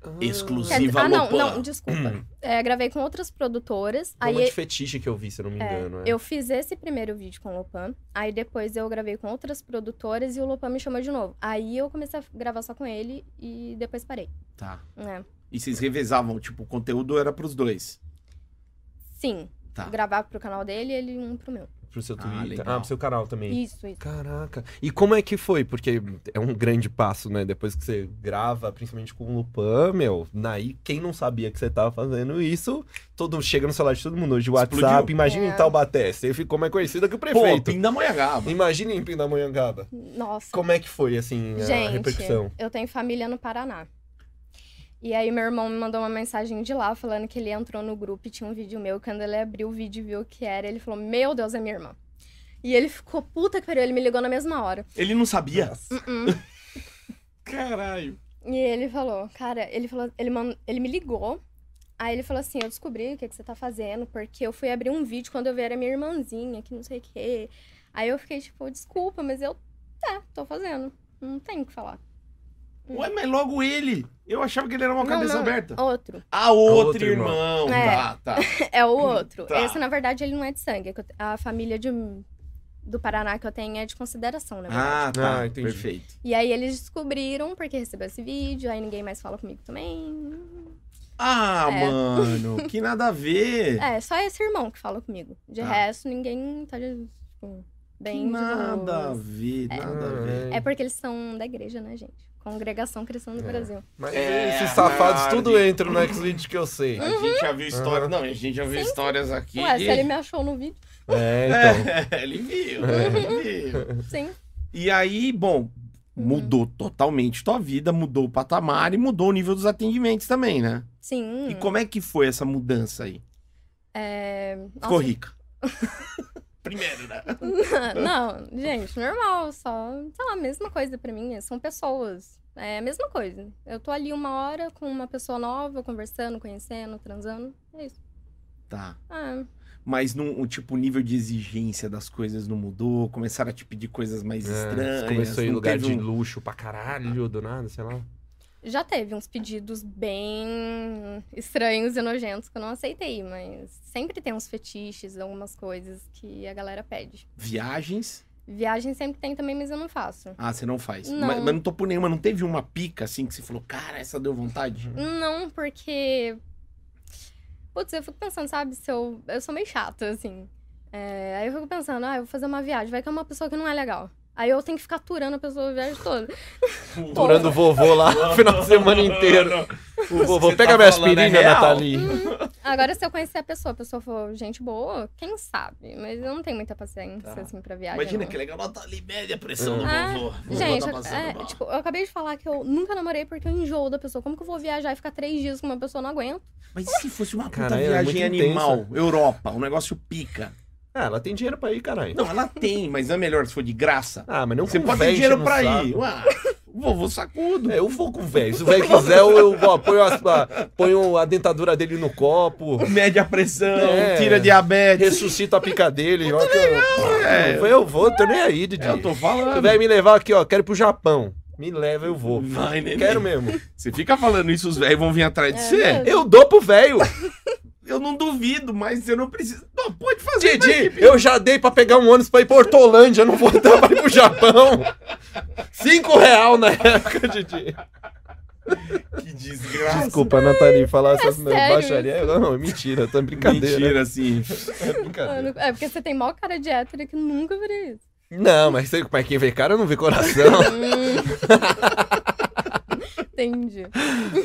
Ah, Exclusivo. Quer dizer- Ziva ah, não, Lopã. não, desculpa. É, gravei com outras produtoras. Foi uma aí de fetiche que eu vi, se eu não me engano. é. eu fiz esse primeiro vídeo com o Lopan. Aí depois eu gravei com outras produtoras e o Lopan me chamou de novo. Aí eu comecei a gravar só com ele e depois parei. Tá. né? E vocês revezavam, tipo, o conteúdo era pros dois. Sim, Tá. gravar pro canal dele e ele um pro meu. Pro seu Ah, Twitter. legal. Ah, pro seu canal também. Isso, isso. Caraca. E como é que foi? Porque é um grande passo, né? Depois que você grava, principalmente com o Lupan, meu, naí, quem não sabia que você tava fazendo isso, todo chega no celular de todo mundo hoje, o Explodiu. WhatsApp, imagina É. em Taubaté, você ficou mais conhecida que o Pô, prefeito. Pindamonhangaba. Imagina em Pindamonhangaba. Nossa. Como é que foi, assim, a Gente, repercussão? eu tenho família no Paraná. E aí meu irmão me mandou uma mensagem de lá falando que ele entrou no grupo e tinha um vídeo meu. Quando ele abriu o vídeo e viu o que era, ele falou: Meu Deus, é minha irmã. E ele ficou puta que pariu, ele me ligou na mesma hora. Ele não sabia? Uh-uh. *laughs* Caralho. e ele falou, cara, ele falou, ele, man- ele me ligou. Aí ele falou assim: Eu descobri o que, que você tá fazendo, porque eu fui abrir um vídeo quando eu vi era minha irmãzinha, que não sei o quê. Aí eu fiquei tipo: Desculpa, mas eu, tá, tô fazendo. Não tem o que falar. Ué, mas logo ele. Eu achava que ele era uma Não, cabeça não. aberta. Outro. A outra, Outro irmão. irmão. É. Tá, tá. É o outro. Tá. Esse, na verdade, ele não é de sangue. é que eu te- A família de- um, do Paraná que eu tenho é de consideração, na verdade. Ah, tá. Ah, entendi. Perfeito. E aí eles descobriram porque recebeu esse vídeo, aí ninguém mais fala comigo também. Ah, É. mano, que nada a ver. É, só esse irmão que fala comigo. De Tá. resto, ninguém tá, tipo, Que bem de nada a boas. ver, nada a ver. É porque eles são da igreja, né, gente? Congregação Cristã do É. Brasil. Mas É, esses safados Nardi. tudo entram né, no X-Video que eu sei. A gente já viu histórias. Uhum. Não, a gente já viu histórias aqui. Ué, se *laughs* ele me achou no vídeo, É, então. É, ele viu, É. ele viu. *laughs* sim. E aí, bom, Uhum. mudou totalmente tua vida, mudou o patamar e mudou o nível dos atendimentos também, né? Sim. E como é que foi essa mudança aí? É, Nossa, Ficou *laughs* rica. Primeiro, né? Não, gente, normal, só, sei lá, a mesma coisa pra mim, são pessoas. É a mesma coisa. Eu tô ali uma hora com uma pessoa nova, conversando, conhecendo, transando. É isso. Tá. Ah, Mas não, o tipo, o nível de exigência das coisas não mudou, começaram a te pedir coisas mais É, estranhas. começou em não lugar teve de um- luxo pra caralho, do nada, sei lá. já teve uns pedidos bem estranhos e nojentos que eu não aceitei, mas sempre tem uns fetiches, algumas coisas que a galera pede. Viagens. Viagem sempre tem também, mas eu não faço. Ah, você não faz. Não. Mas, mas não tô por nenhuma, não teve uma pica assim que você falou, cara, essa deu vontade? Não, porque. Putz, eu fico pensando, sabe? Se eu... eu sou meio chata, assim. É, Aí eu fico pensando, ah, eu vou fazer uma viagem, vai que é uma pessoa que não é legal. Aí eu tenho que ficar aturando a pessoa a viagem toda. Durando o vovô lá *laughs* o final de semana inteiro. O vovô, Você pega tá minha falando, é aspirina, real? Nathalie. Agora, se eu conhecer a pessoa, a pessoa for gente boa, quem sabe? Mas eu não tenho muita paciência, Tá. assim, pra viagem. Imagina não. que legal, ela tá ali, média pressão do É. Ah, vovô. O vovô Gente, tá eu- passando é, mal. tipo, eu acabei de falar que eu nunca namorei porque eu enjoo da pessoa. Como que eu vou viajar e ficar três dias com uma pessoa? Eu não aguento. Mas e se fosse uma puta Caralho, é viagem muito intensa. animal, Europa, um negócio pica. Ah, ela tem dinheiro pra ir, caralho. Não, ela tem, mas não é melhor se for de graça. Ah, mas não Você com pode véio ter dinheiro enchendo o pra saco. ir. Ué, o vovô sacudo. É, eu vou com o velho. Se o velho quiser, eu, eu ó, ponho, as- a, ponho ah, um, a dentadura dele no copo, Mede a pressão, É. tira diabetes. ressuscito a pica dele. ó, que eu, É, Foi, eu vou, tô nem aí, Didi. é, eu tô Se o falando. velho me levar aqui, ó, quero ir pro Japão. Me leva, eu vou. Vai, neném. Quero mesmo. Você fica falando isso, os velhos vão vir atrás de É, você. mesmo. Eu dou *laughs* pro velho. Eu não duvido, mas eu não preciso. Não, pode fazer. Didi, eu já dei pra pegar um ônibus pra ir pra Hortolândia, não vou dar pra ir pro Japão. Cinco real na época, Didi. *laughs* Que desgraça. Desculpa, Nathalie, falar essas É, sério baixaria. Não, é mentira, tá brincadeira. Mentira, assim. É brincadeira. É porque você tem maior cara de hétero que nunca faria isso. Não, mas, sei- mas quem vê cara não vê coração. *laughs* Hum. Entendi.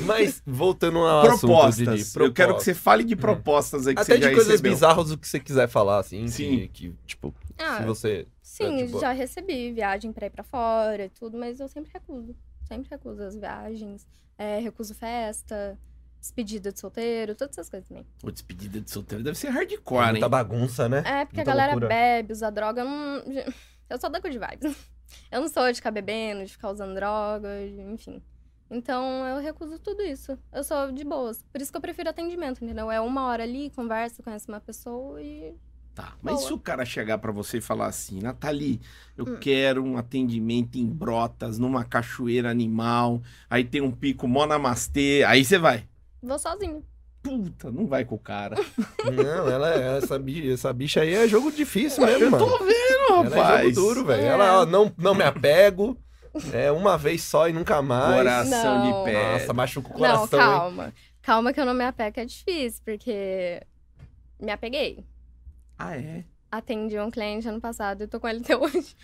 mas voltando ao Propostas. assunto, Didi, Eu quero que propostas. você fale de propostas aí que Até você já de coisas recebeu. bizarras do que você quiser falar, assim. Sim. Que, que, tipo, Ah, se você... sim, de boa. já recebi viagem pra ir pra fora e tudo, mas eu sempre recuso. Sempre recuso as viagens. É, recuso festa, despedida de solteiro, todas essas coisas também. Pô, despedida de solteiro deve ser Muita hardcore, hein? bagunça, né? É, porque Muita a galera loucura. bebe, usa droga. Eu, não... eu sou da good vibes. Eu não sou de ficar bebendo, de ficar usando droga, de- enfim. Então eu recuso tudo isso. Eu sou de boas. Por isso que eu prefiro atendimento, entendeu? É uma hora ali, conversa, conhece uma pessoa e. Tá. Mas Boa. se o cara chegar pra você e falar assim, Nathalie, eu Hum. quero um atendimento em brotas, numa cachoeira animal, aí tem um pico mó namastê, aí você vai. Vou sozinho. Puta, não vai com o *laughs* cara. Não, ela, é, essa, bi- essa bicha aí é jogo difícil mesmo, eu mano. tô vendo, Ela é rapaz. jogo duro, velho. É. Ela, ó, não, não me apego. É uma vez só e nunca mais. Coração de Não. pé. Nossa, machuca o Não, coração, hein? calma. Calma que eu não me apego, é difícil, porque me apeguei. Ah, é? Atendi um cliente ano passado e tô com ele até hoje.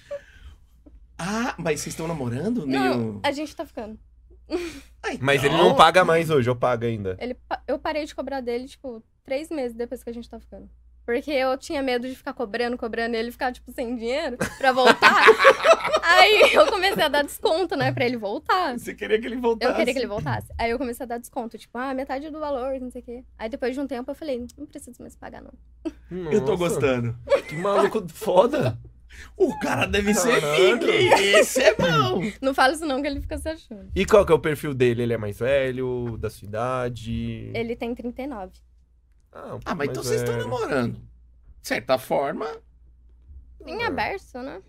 Ah, mas vocês estão namorando? Meio... Não, É. a gente tá ficando. Ah, Mas ele então- não paga mais hoje, eu pago ainda. Ele, pa- eu parei de cobrar dele, tipo, três meses depois que a gente tá ficando. Porque eu tinha medo de ficar cobrando, cobrando, e ele ficar, tipo, sem dinheiro *laughs* pra voltar. Aí eu comecei a dar desconto, né, pra ele voltar. Você queria que ele voltasse. Eu queria que ele voltasse. Aí eu comecei a dar desconto, tipo, ah, metade do valor, não sei o quê. Aí depois de um tempo eu falei, não preciso mais pagar, não. Eu tô Nossa, gostando. Que maluco *laughs* foda. O cara deve ser Caralho. pique. Esse é bom. Não fala isso não, que ele fica se achando. E qual que é o perfil dele? Ele é mais velho, da sua idade? Ele tem 39. Ah, um pouco Ah, mas mais então vocês estão velho. namorando. De certa forma. Em aberto, né?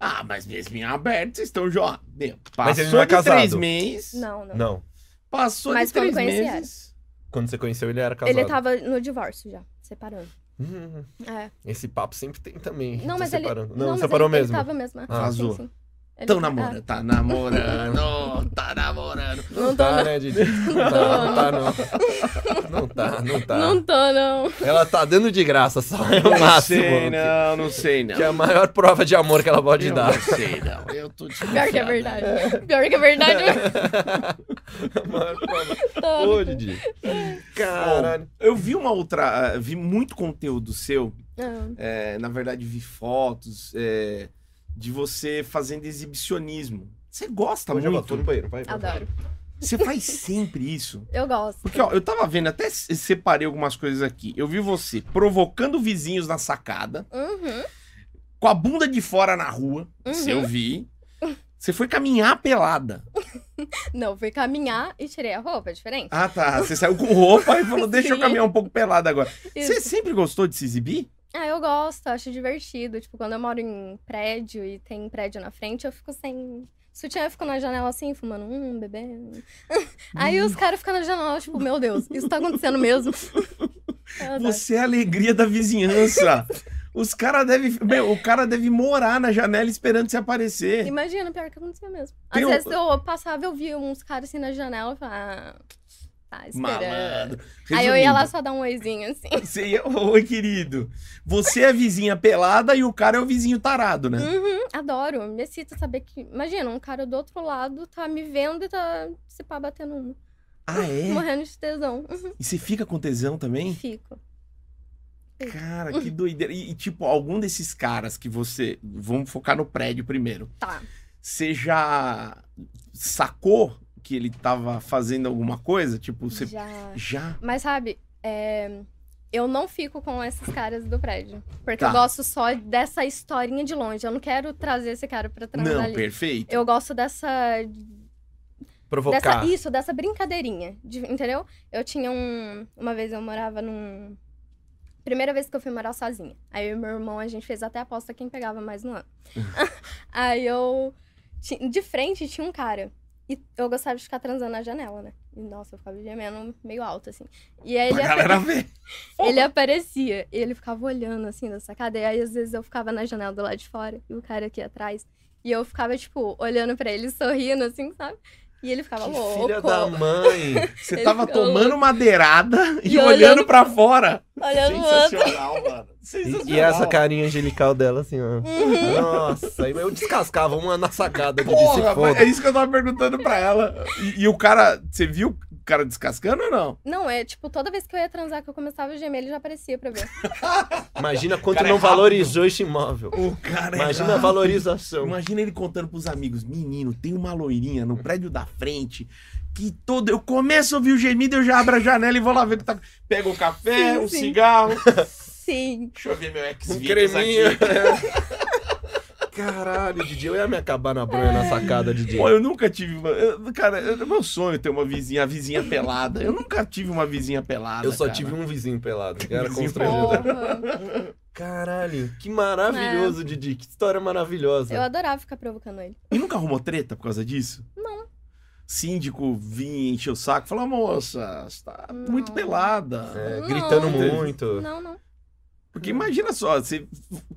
Ah, mas mesmo em aberto, vocês estão já. Meu, passou Mas ele não é de três casado. meses. Não, não. Não, Passou Mas de quando três conheci ela. meses. quando você conheceu ele era casado. Ele tava no divórcio já, separando. Hum, É. esse papo sempre tem também. Não, Tô mas ele. Tá separando. Não, mas separou ele, mesmo. Ele tava mesmo. é. Ah, azul. Sim, sim. Ele- Estão é. namorando. Tá namorando. Tá namorando. *laughs* Não tá, né, Didi? Não tá, não tá, não. Não tá, não tá. Ah, Não tô, não. Ela tá dando de graça só, é o Não sei, máximo. que- não, não sei, não. Que é a maior prova de amor que ela pode Eu dar. Não sei, não. Eu tô Pior Tá. que é verdade. Pior que é verdade. eu *laughs* a maior prova. *laughs* tô. Ô, Didi. tá Caralho. Eu vi uma outra. ah, Vi muito conteúdo seu. Ah, é, na verdade, vi fotos é, de você fazendo exibicionismo. Você gosta Hoje eu vou, tô no muito. banheiro, vai, vai. adoro. Você faz sempre isso. Eu gosto. Porque, ó, eu tava vendo, até se- separei algumas coisas aqui. Eu vi você provocando vizinhos na sacada, Uhum. com a bunda de fora na rua. Uhum. Isso eu vi. Você foi caminhar pelada. Não, fui caminhar e tirei a roupa, é diferente. Ah, tá. Você saiu com roupa e falou: deixa eu Sim. caminhar um pouco pelada agora. Isso. Você sempre gostou de se exibir? Ah, eu gosto, acho divertido. Tipo, quando eu moro em prédio e tem prédio na frente, eu fico sem. Sutiã, eu fico na janela assim, fumando, hum, bebendo. *laughs* Aí os caras ficam na janela, tipo, meu Deus, isso tá *laughs* acontecendo mesmo. Eu adoro. Você é a alegria da vizinhança. Os cara deve, meu, o cara deve morar na janela esperando você aparecer. Imagina, pior que acontecia mesmo. Às Tem um- vezes eu passava, eu via uns caras assim na janela e falava, ah, tá esperando. Malandro. Aí eu ia lá Resumindo, só dar um oizinho, assim. Você ia, oi, querido. Você é a vizinha pelada e o cara é o vizinho tarado, né? Hum, Adoro, me excita saber que. Imagina, um cara do outro lado tá me vendo e tá se pá batendo um. Ah, é? Morrendo de tesão. Uhum, E você fica com tesão também? *laughs* Fico. Cara, Uhum. que doideira. E, e, tipo, algum desses caras que você. Vamos focar no prédio primeiro. Tá. Você já sacou que ele tava fazendo alguma coisa? Tipo, você. Já. Já? Mas sabe, é, eu não fico com esses caras do prédio. Porque Tá. eu gosto só dessa historinha de longe. Eu não quero trazer esse cara pra transar Não, ali. perfeito. Eu gosto dessa, Provocar. dessa. Isso, dessa brincadeirinha. de- entendeu? Eu tinha um. Uma vez eu morava num. Primeira vez que eu fui morar sozinha. Aí eu e meu irmão, a gente fez até aposta quem pegava mais no ano. Aí eu. ti- De frente tinha um cara. E eu gostava de ficar transando na janela, né? E, nossa, eu ficava gemendo meio alto, assim. E aí ele. Pra ia- galera *laughs* ver. ele aparecia, e ele ficava olhando assim da sacada, e aí às vezes eu ficava na janela do lado de fora e o cara aqui atrás. E eu ficava, tipo, olhando pra ele, sorrindo, assim, sabe? E ele ficava Que louco. filha da mãe. Você Ele tava ficou tomando madeirada e, E olhando, olhando pra fora. Olhando o outro. Sensacional, *laughs* mano. E, Sensacional. e essa carinha angelical dela, assim, ó. Nossa, aí eu descascava uma na sacada aqui de se Porra, mas foda. é isso que eu tava perguntando pra ela. E, e o cara, você viu o cara descascando ou não? Não, é tipo, toda vez que eu ia transar, que eu começava a gemer, ele já aparecia *laughs* pra ver. Imagina quanto Cara, é não rápido. valorizou esse imóvel. O cara é Imagina a valorização. Imagina ele contando pros amigos: Menino, tem uma loirinha no prédio da frente que todo. Eu começo a ouvir o gemido, eu já abro a janela e vou lá ver o que tá. Pega um café, Sim, um sim. cigarro. Sim. Deixa eu ver meu ex Um creminho. *laughs* Caralho, Didi, eu ia me acabar na bronha na sacada, Didi. Pô, eu nunca tive. uma- eu- cara, é meu sonho é ter uma vizinha, a vizinha pelada. Eu nunca tive uma vizinha pelada. Eu só cara. tive um vizinho pelado, que era Vizinho constrangedor. Porra. Caralho, que maravilhoso, Didi. Que história maravilhosa. Eu adorava ficar provocando ele. E nunca arrumou treta por causa disso? Não. Síndico vinha encher o saco e falava: Moça, você tá Não. muito pelada. É, Não. gritando muito. Não, não. Porque imagina só, você,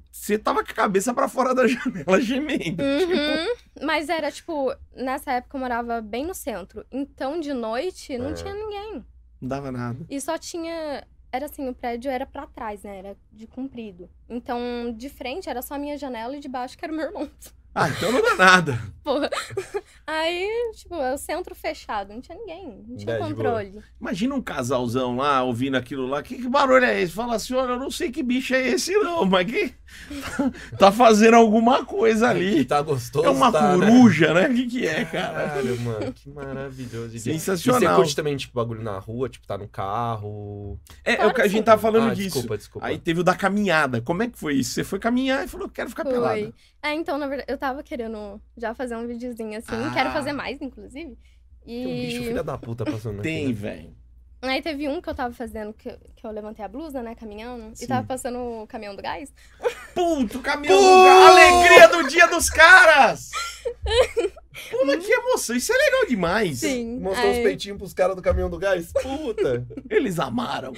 você tava com a cabeça pra fora da *laughs* janela gemendo. Uhum. Mas era tipo, nessa época eu morava bem no centro. Então de noite não É. tinha ninguém. Não dava nada. E só tinha. Era assim, o prédio era pra trás, né? Era de comprido. Então, de frente era só a minha janela e de baixo que era o meu irmão. *laughs* Ah, então não dá nada. Porra. Aí, tipo, é o centro fechado, não tinha ninguém, não tinha É, de boa. controle. Imagina um casalzão lá ouvindo aquilo lá. Que, que barulho é esse? Fala assim: olha, eu não sei que bicho é esse, não, mas que *laughs* tá fazendo alguma coisa Que ali. tá gostoso, É uma tá, né? coruja, né? O que, que é, cara? Caralho, mano, que maravilhoso. Didi. E você Sensacional. curte também, tipo, bagulho na rua, tipo, tá no carro. É, é o que a gente tava falando Ah, disso. Desculpa, desculpa. Aí teve o da caminhada. Como é que foi isso? Você foi caminhar e falou: quero ficar pelada. Foi. É, então, na verdade, eu tava querendo já fazer um videozinho assim. Ah. Quero fazer mais, inclusive. E Tem um bicho filha da puta passando Tem, aqui. né? velho. aí teve um que eu tava fazendo, que, que eu levantei a blusa, né, caminhando. Sim. E tava passando o caminhão do gás. Puto, caminhão do gás. Alegria do dia dos *laughs* caras! Pô, mas que emoção. Isso é legal demais. Sim. Mostrou os aí- peitinhos pros caras do caminhão do gás. *laughs* Puta! Eles amaram.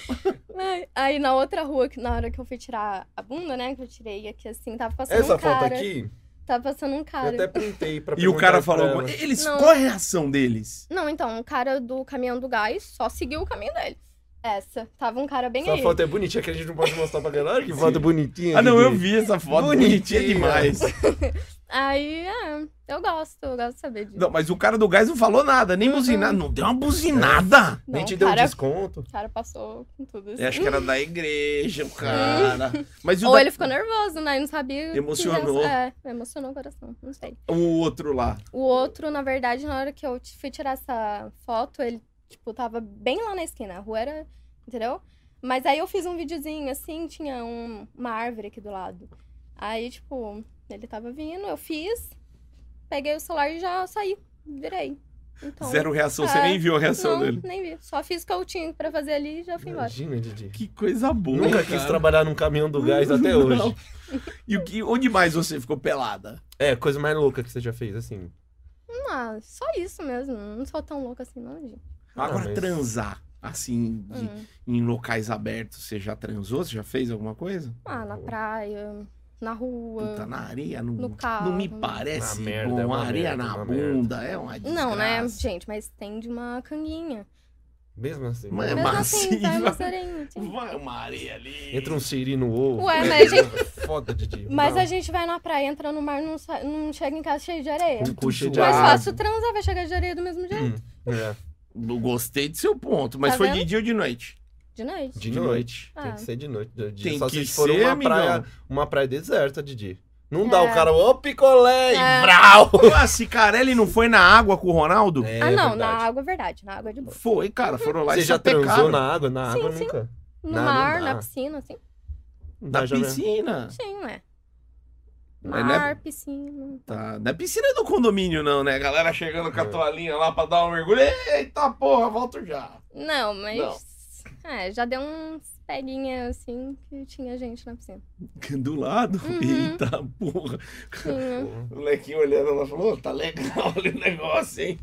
Ai, Aí na outra rua, que na hora que eu fui tirar a bunda, né? Que eu tirei aqui assim, tava passando Essa um cara. foto aqui, Tava passando um eu cara. até printei *laughs* pra E o cara perguntar pra falou: ela. eles, Não. qual é a reação deles? Não, então, um cara do caminhão do gás só seguiu o caminho dele. Essa. Tava um cara bem Essa aí. foto é bonitinha que a gente não pode mostrar pra galera. Olha Que Sim. foto bonitinha. Ah, não, Didi. eu vi essa foto. Bonitinha, Bonitinha. demais. Aí, é, eu gosto, eu gosto de saber disso. Não, mas o cara do gás não falou nada, Uhum. nem buzinada. Não deu uma buzinada. Não, Nem te o deu É, cara, desconto. o cara passou com tudo assim. Eu É, acho que era da igreja, o cara. Mas o, Ou da- ele ficou nervoso, né? E não sabia. que Emocionou. reação- É, emocionou o coração, não sei. o outro lá. O outro, na verdade, na hora que eu t- fui tirar essa foto, ele, tipo, tava bem lá na esquina. A rua era. Entendeu? Mas aí eu fiz um videozinho assim, tinha um- uma árvore aqui do lado. Aí, tipo, ele tava vindo, eu fiz, peguei o celular e já saí, virei. Então, Zero reação, você É. nem viu a reação não, dele. nem vi. Só fiz o que eu tinha pra fazer ali e já fui embora. Imagina, Didi. Que coisa boa. Nunca cara. quis trabalhar num caminhão do *laughs* gás até hoje. Não. E o que, onde mais você ficou pelada? É, coisa mais louca que você já fez, assim. Ah, só isso mesmo. Não sou tão louca assim, não, gente. Agora, mas- transar. Assim, de- Hum. em locais abertos, você já transou? Você já fez alguma coisa? Ah, na praia, na rua. Puta, na areia, não, No não me carro. parece Uma merda, bom. é uma areia merda, na uma merda. bunda, é uma desgraça. Não, né, gente? Mas tem de uma canguinha. Mesmo assim. Mas- É Mesmo assim, massiva. vai uma sereinha. sim. Vai uma areia ali. Entra um siri no ovo. Ué, mas a gente, Foda, Didi. mas Não. a gente vai na praia, entra no mar, não, sai- não chega em casa cheio de areia. Com coxa de Mais já- água. fácil transar, vai chegar de areia do mesmo jeito. É. Eu Gostei do seu ponto, mas Tá foi vendo? de dia ou de noite? De noite. De noite. Ah. Tem que ser de noite. De dia. Tem Só que se for ser, uma amigão. praia, uma praia deserta, Didi. Não dá, o É. cara, ô picolé! É. *laughs* Brau! Ah, Cicarelli não foi na água com o Ronaldo? É, ah, não, verdade. na água é verdade. Na água é de boa. Foi, cara, foram lá Você e já sapecaram. transou na água? Na Sim, água sim. nunca. No Não, não mar, dá. na piscina, assim. Não Da dá, já mesmo. piscina. Sim, ué. Mas né? Ah, Mar, não é- piscina. Tá, não é piscina do condomínio não, né? A galera chegando com a toalhinha lá pra dar um mergulho. Eita porra, volto já. Não, mas. Não. É, já deu uns peguinha assim que tinha gente na piscina. *laughs* Do lado. Uhum. Eita porra. *laughs* Tinha. O molequinho olhando, ela falou: "Ô, tá legal *laughs* olha o negócio, hein?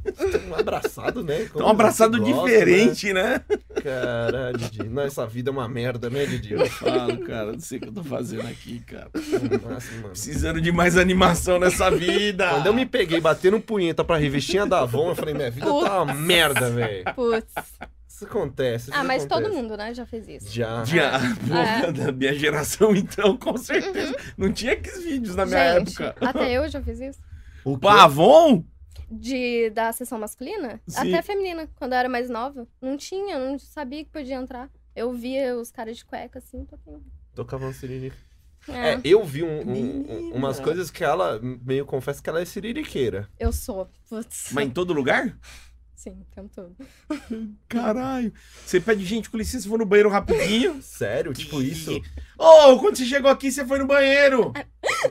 Um abraçado, né? Tá Como um abraçado você gosta, diferente, né? né? Caralho, Didi. Nossa, essa vida é uma merda, né, *laughs* Didi? Eu falo, cara, não sei o que eu tô fazendo aqui, cara. Nossa, mano. Precisando de mais animação nessa vida. Quando eu me peguei batendo punheta pra revistinha da Avon, eu falei, minha vida tá uma merda, velho. Putz. Isso acontece. Isso Ah, mas acontece. todo mundo, né, já fez isso. Já. *laughs* Já, É. pô, da minha geração, então, com certeza. Não tinha aqueles vídeos na minha Uhum. Gente, época. até eu já fiz isso. O Pavon? De, da sessão masculina, Sim. até feminina. Quando eu era mais nova, não tinha, não sabia que podia entrar. Eu via os caras de cueca assim, tocando. Tocava um siririca. É, É, eu vi um- um- um- Menina. umas coisas que ela, meio confessa que ela é siririqueira. eu sou. Putz. Mas em todo lugar? Sim, o tempo todo. Caralho. Você pede gente com licença, eu vou no banheiro rapidinho. *laughs* Sério, tipo isso. Ô, quando você chegou aqui, você foi no banheiro.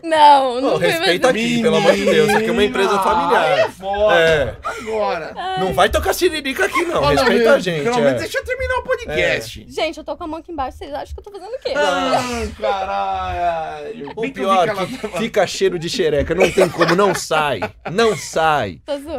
Não, não Pô, foi respeita mais. Tá aqui, pelo amor de Deus. Isso aqui é uma empresa Aí é familiar. foda. É. Agora. Não vai tocar siririca aqui, não. Olha, Respeita a gente. Pelo é. menos deixa eu terminar o podcast. Gente, eu tô com a mão aqui embaixo, vocês acham que eu tô fazendo o quê? Ah. Ai, caralho. É. O Bem que eu vi pior, é que ela que tava- fica cheiro de xereca. Não tem como, não sai. Não sai. Tô zoando.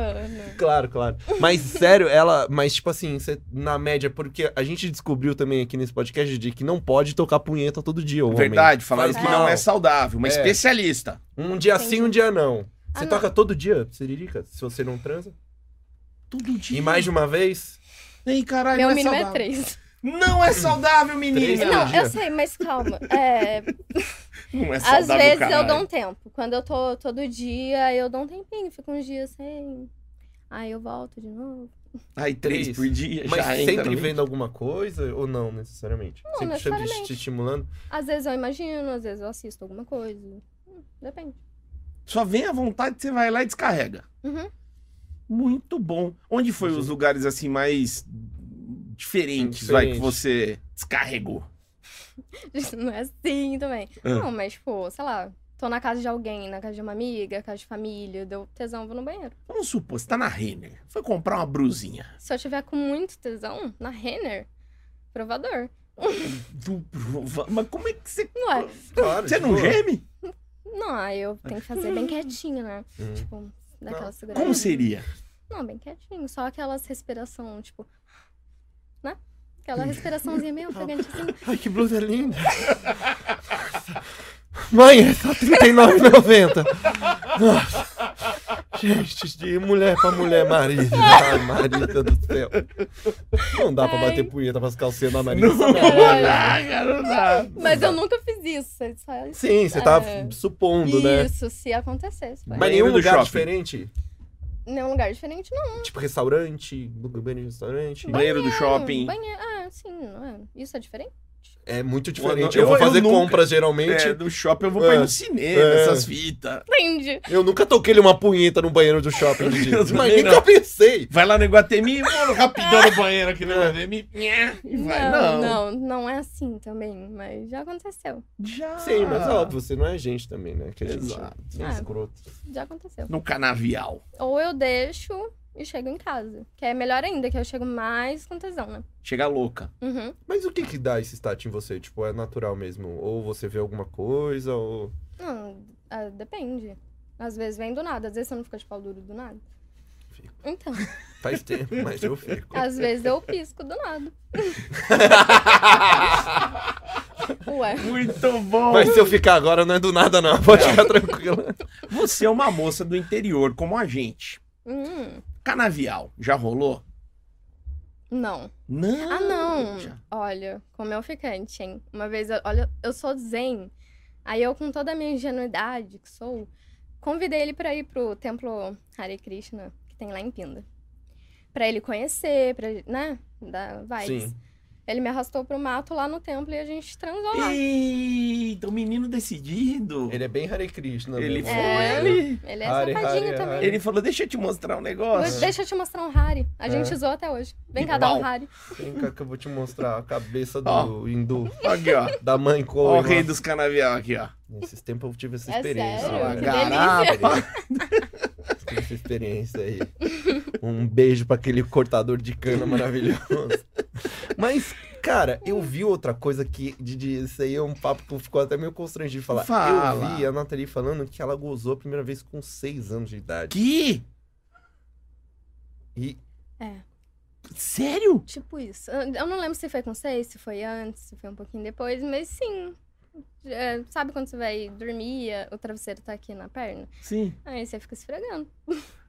Claro, claro. Mas sério, ela. Mas, tipo assim, você- na média, porque a gente descobriu também aqui nesse podcast de que não pode tocar punheta todo dia. o homem. Verdade, falaram Faz que não mal. é saudável. Uma É. especialista. Um dia sim, um dia não. Você Ah, não. toca todo dia, Siririca, se você não transa. Todo dia. E mais de uma vez. Ei, caralho, Meu não é mínimo é saudável. três. Não é saudável, menina. Três Não, dia. eu sei, mas calma. É, Não é às saudável, vezes eu caralho. dou um tempo. Quando eu tô todo dia, eu dou um tempinho, fico uns dias sem. Aí eu volto de novo. Ai, três Três. por dia Mas já entra sempre no- vendo alguma coisa ou não, necessariamente? sempre necessariamente. te estimulando. Às vezes eu imagino, às vezes eu assisto alguma coisa. Hum, Depende. *laughs* Só vem à vontade, você vai lá e descarrega. Uhum. Muito bom. Onde foi os Sim. lugares, assim, mais diferentes, vai, que Diferente. você descarregou? Isso não é assim também. Ah. Não, mas, tipo, sei lá, tô na casa de alguém, na casa de uma amiga, casa de família, deu tesão, vou no banheiro. Vamos supor, você tá na Renner, foi comprar uma *laughs* brusinha. Se eu tiver com muito tesão, na Renner, provador. Tu- Mas como é que você... Não é? Claro, Você de não boa. geme? Não, aí eu tenho que fazer bem quietinho, né? Hum. Tipo, daquela Não. segurada. Como seria? Não, bem quietinho. Só aquelas respiração, tipo. *gasps* Né? Aquela respiraçãozinha meio assim. ofegantezinha. Ai, que blusa linda. *laughs* Mãe, é só R$39,90. Nossa. Gente, de mulher pra mulher, marido. Ai, marido do céu. Não dá pra Ai. bater punheta pras calcinhas da marido. Não, não dá, cara, não dá. Mas eu nunca fiz isso. você Só Sim, você tá É. supondo, né? Isso, se acontecesse. Mas Mas... Banheiro nenhum do lugar shopping. diferente? Nenhum lugar diferente, não. Tipo restaurante, banheiro de restaurante. Banheiro do shopping. Banheiro. Ah, sim, não é? Isso é diferente? É muito diferente. Eu- Eu, vou eu fazer nunca- compras geralmente. É, do shopping eu vou pra ir É. no cinema, É. essas fitas. Entendi. Eu nunca toquei uma punheta no banheiro do *laughs* shopping. Didi. Eu também Mas nunca não. pensei. Vai lá no Iguatemi, mano, rapidão no banheiro É. aqui no Iguatemi. nhé, E vai, não, não. não, não é assim também, mas já aconteceu. Já. Sim, mas óbvio, você não é gente também, né? Que a gente Exato. é Ah. escroto. Já aconteceu. No canavial. Ou eu deixo e chego em casa. Que é melhor ainda, que eu chego mais com tesão, né? Chega louca. Uhum. Mas o que que dá esse start em você? Tipo, é natural mesmo? Ou você vê alguma coisa, ou... Não, ah, depende. Às vezes vem do nada, às vezes você não fica de pau duro do nada. Fico. Então, Faz tempo, *laughs* mas eu fico. às vezes eu pisco do nada. Ué, Muito bom. Mas se eu ficar agora, não é do nada não, pode ficar tranquila. Você é uma moça do interior, como a gente. hum, Canavial, já rolou? não. Não. Ah, não. Já. Olha, como eu ficante, hein? Uma vez, eu- olha, eu sou zen. Aí eu, com toda a minha ingenuidade que sou, convidei ele pra ir pro templo Hare Krishna, que tem lá em Pinda. Pra ele conhecer, pra, né? Dar vibes. Sim. Ele me arrastou pro mato lá no templo e a gente transou lá. Eita, o menino decidido. Ele é bem Hare Krishna Ele mesmo. foi. né? É. Ele... Ele é Hare, safadinho hare, também. hare. ele falou: Deixa eu te mostrar um negócio. Deixa eu te mostrar um Harry. A gente É. usou até hoje. Vem E cá, dá um pau. Harry. Vem cá que eu vou te mostrar a cabeça do Ó. hindu, Aqui, ó. da mãe Ó, o Coen. rei dos canavial aqui, ó. Nesses tempos eu tive essa É experiência. né? sério? cara. Que é Garapa. Tive essa experiência aí. Um beijo pra aquele cortador de cana maravilhoso. Mas, Cara, eu vi outra coisa que. De, de- isso aí é um papo que ficou até meio constrangido de falar. Fala. Eu vi a Nathalie falando que ela gozou a primeira vez com 6 anos de idade. Que? E É. Sério? Tipo isso. Eu eu não lembro se foi com seis, se foi antes, se foi um pouquinho depois, mas sim. É, sabe quando você vai dormir e o travesseiro tá aqui na perna? Sim. Aí você fica esfregando.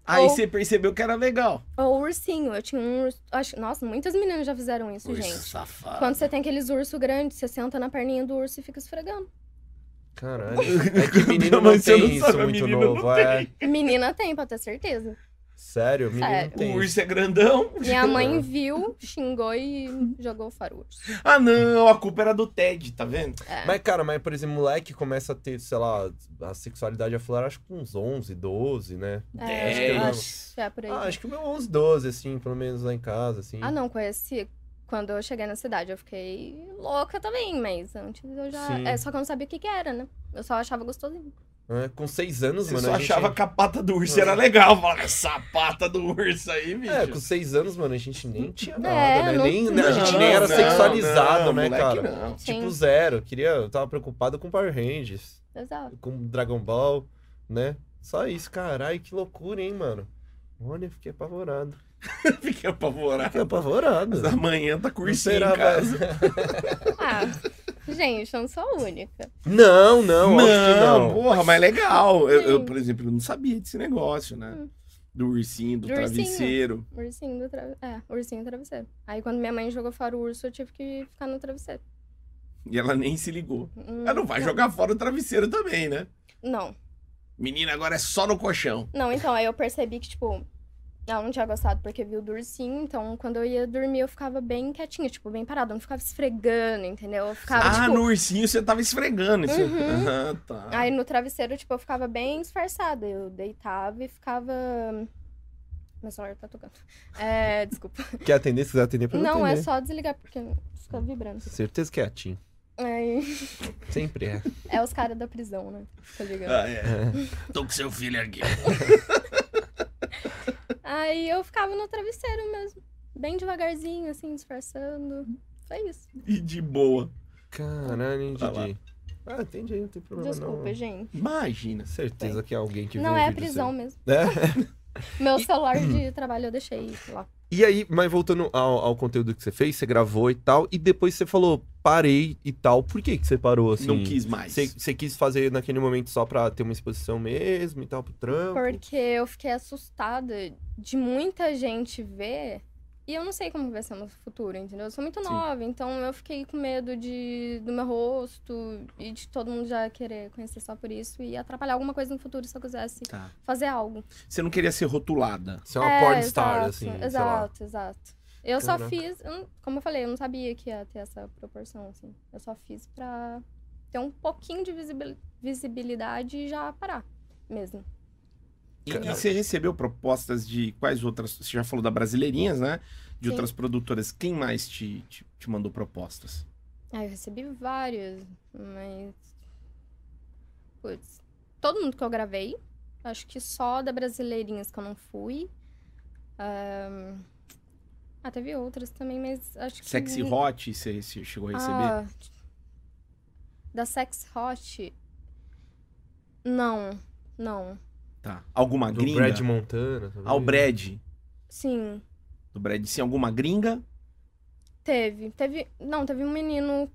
Aí Ou- você percebeu que era legal. Ou o ursinho. Eu tinha um urso. Acho, nossa, muitas meninas já fizeram isso, Urso gente. safado. Quando você tem aqueles urso grandes, você senta na perninha do urso e fica esfregando. *laughs* Caralho. É que menino não Mas você tem não isso sabe, a muito menina não novo, é. Menina tem, pra ter certeza. Sério, menino Sério. não tem. O urso é grandão. *laughs* Minha mãe viu, xingou e jogou fora o urso. Ah, não, a culpa era do Ted, tá vendo? É. Mas, cara, mas, por exemplo, moleque começa a ter, sei lá, a sexualidade aflorar, acho que com uns 11, 12, né? É, acho que eu não. Dez. Já por aí. Ah, acho que o meu 11, 12, assim, pelo menos lá em casa, assim. Ah, não, conheci. Quando eu cheguei na cidade, eu fiquei louca também, mas antes eu já. Sim. É, só que eu não sabia o que, que era, né? Eu só achava gostosinho. É, com 6 anos, Você mano, só a gente... é achava que a pata do urso era legal. Falava, essa pata do urso aí, bicho. É, com 6 anos, mano, a gente nem tinha nada, né? É, não- Nem, a gente nem era não, sexualizado, não, né, moleque, cara? Não. *laughs* Sim, Tipo zero. Eu Queria, eu tava preocupado com Power Rangers, *laughs* exato. com Dragon Ball, né? Só isso, caralho, que loucura, hein, mano? Olha, fiquei apavorado. Fiquei Fiquei apavorado. apavorado. Amanhã tá com o Não ursinho em esperava- casa. Ah, gente, eu não sou a única. Não, não, óbvio que Não, não. porra, mas é legal. Eu, eu, Sim. por exemplo, eu não sabia desse negócio, né? Hum. Do ursinho, do, Do ursinho. travesseiro. Ursinho do travesseiro. É, ursinho do travesseiro. Aí quando minha mãe jogou fora o urso, eu tive que ficar no travesseiro. E ela nem se ligou. Hum, Ela não vai jogar fora o travesseiro também, né? Não. Menina, agora é só no colchão. Não, então, aí eu percebi que, tipo, ela não tinha gostado porque viu do ursinho. Então, quando eu ia dormir, eu ficava bem quietinha, tipo, bem parada. Eu não ficava esfregando, entendeu? Eu ficava, Ah, tipo, no ursinho você tava esfregando isso. Uhum. Ah, tá. Aí no travesseiro, tipo, eu ficava bem disfarçada. Eu deitava e ficava. Meu celular tá tocando. *laughs* É, desculpa. Quer atender? Se quiser atender, pra Não, é atender. só desligar, porque fica vibrando. Certeza que é a Tim. Aí, *laughs* Sempre é. é os caras da prisão, né? Fica ligando. Ah, é. Tô com seu filho aqui. Aí eu ficava no travesseiro mesmo. Bem devagarzinho, assim, disfarçando. Foi isso. E de boa. Caralho, hein, Vai lá. Didi. Ah, entendi, não tem problema Desculpa, não. gente. Imagina. Certeza que é alguém que Não viu um é a vídeo seu. prisão mesmo. *laughs* Né? *clears throat* Meu celular de trabalho eu deixei lá. E aí, mas voltando ao, ao conteúdo que você fez, você gravou e tal, e depois você falou, parei e tal. Por que que você parou, assim? Não quis mais. Você, você quis fazer naquele momento só pra ter uma exposição mesmo e tal, pro trampo? Porque eu fiquei assustada de muita gente ver. E eu não sei como vai ser no futuro, entendeu? Eu sou muito Sim. nova, então eu fiquei com medo de, do meu rosto e de todo mundo já querer conhecer só por isso e atrapalhar alguma coisa no futuro se eu quisesse Tá. fazer algo. Você não queria ser rotulada. Você é uma É, pornstar, exato, assim, sei lá. Exato, exato. Eu só Caraca. fiz, eu não- como eu falei, eu não sabia que ia ter essa proporção, assim. Eu só fiz pra ter um pouquinho de visibil- visibilidade e já parar mesmo. E, Cara. e você recebeu propostas de quais outras? Você já falou da Brasileirinhas, né? De Sim. outras produtoras. Quem mais te, te, te mandou propostas? Ah, eu recebi vários, mas. Putz. Todo mundo que eu gravei. Acho que só da Brasileirinhas que eu não fui. Ahn, Ah, teve outras também, mas acho que. Sexy Hot, você, você chegou a receber? Ah, da Sex Hot. Não, não. Tá. Alguma Do gringa? Brad Montana. talvez. Ah, o Brad. Sim, Do Brad, sim. Alguma gringa? teve. Teve. Não, teve um menino.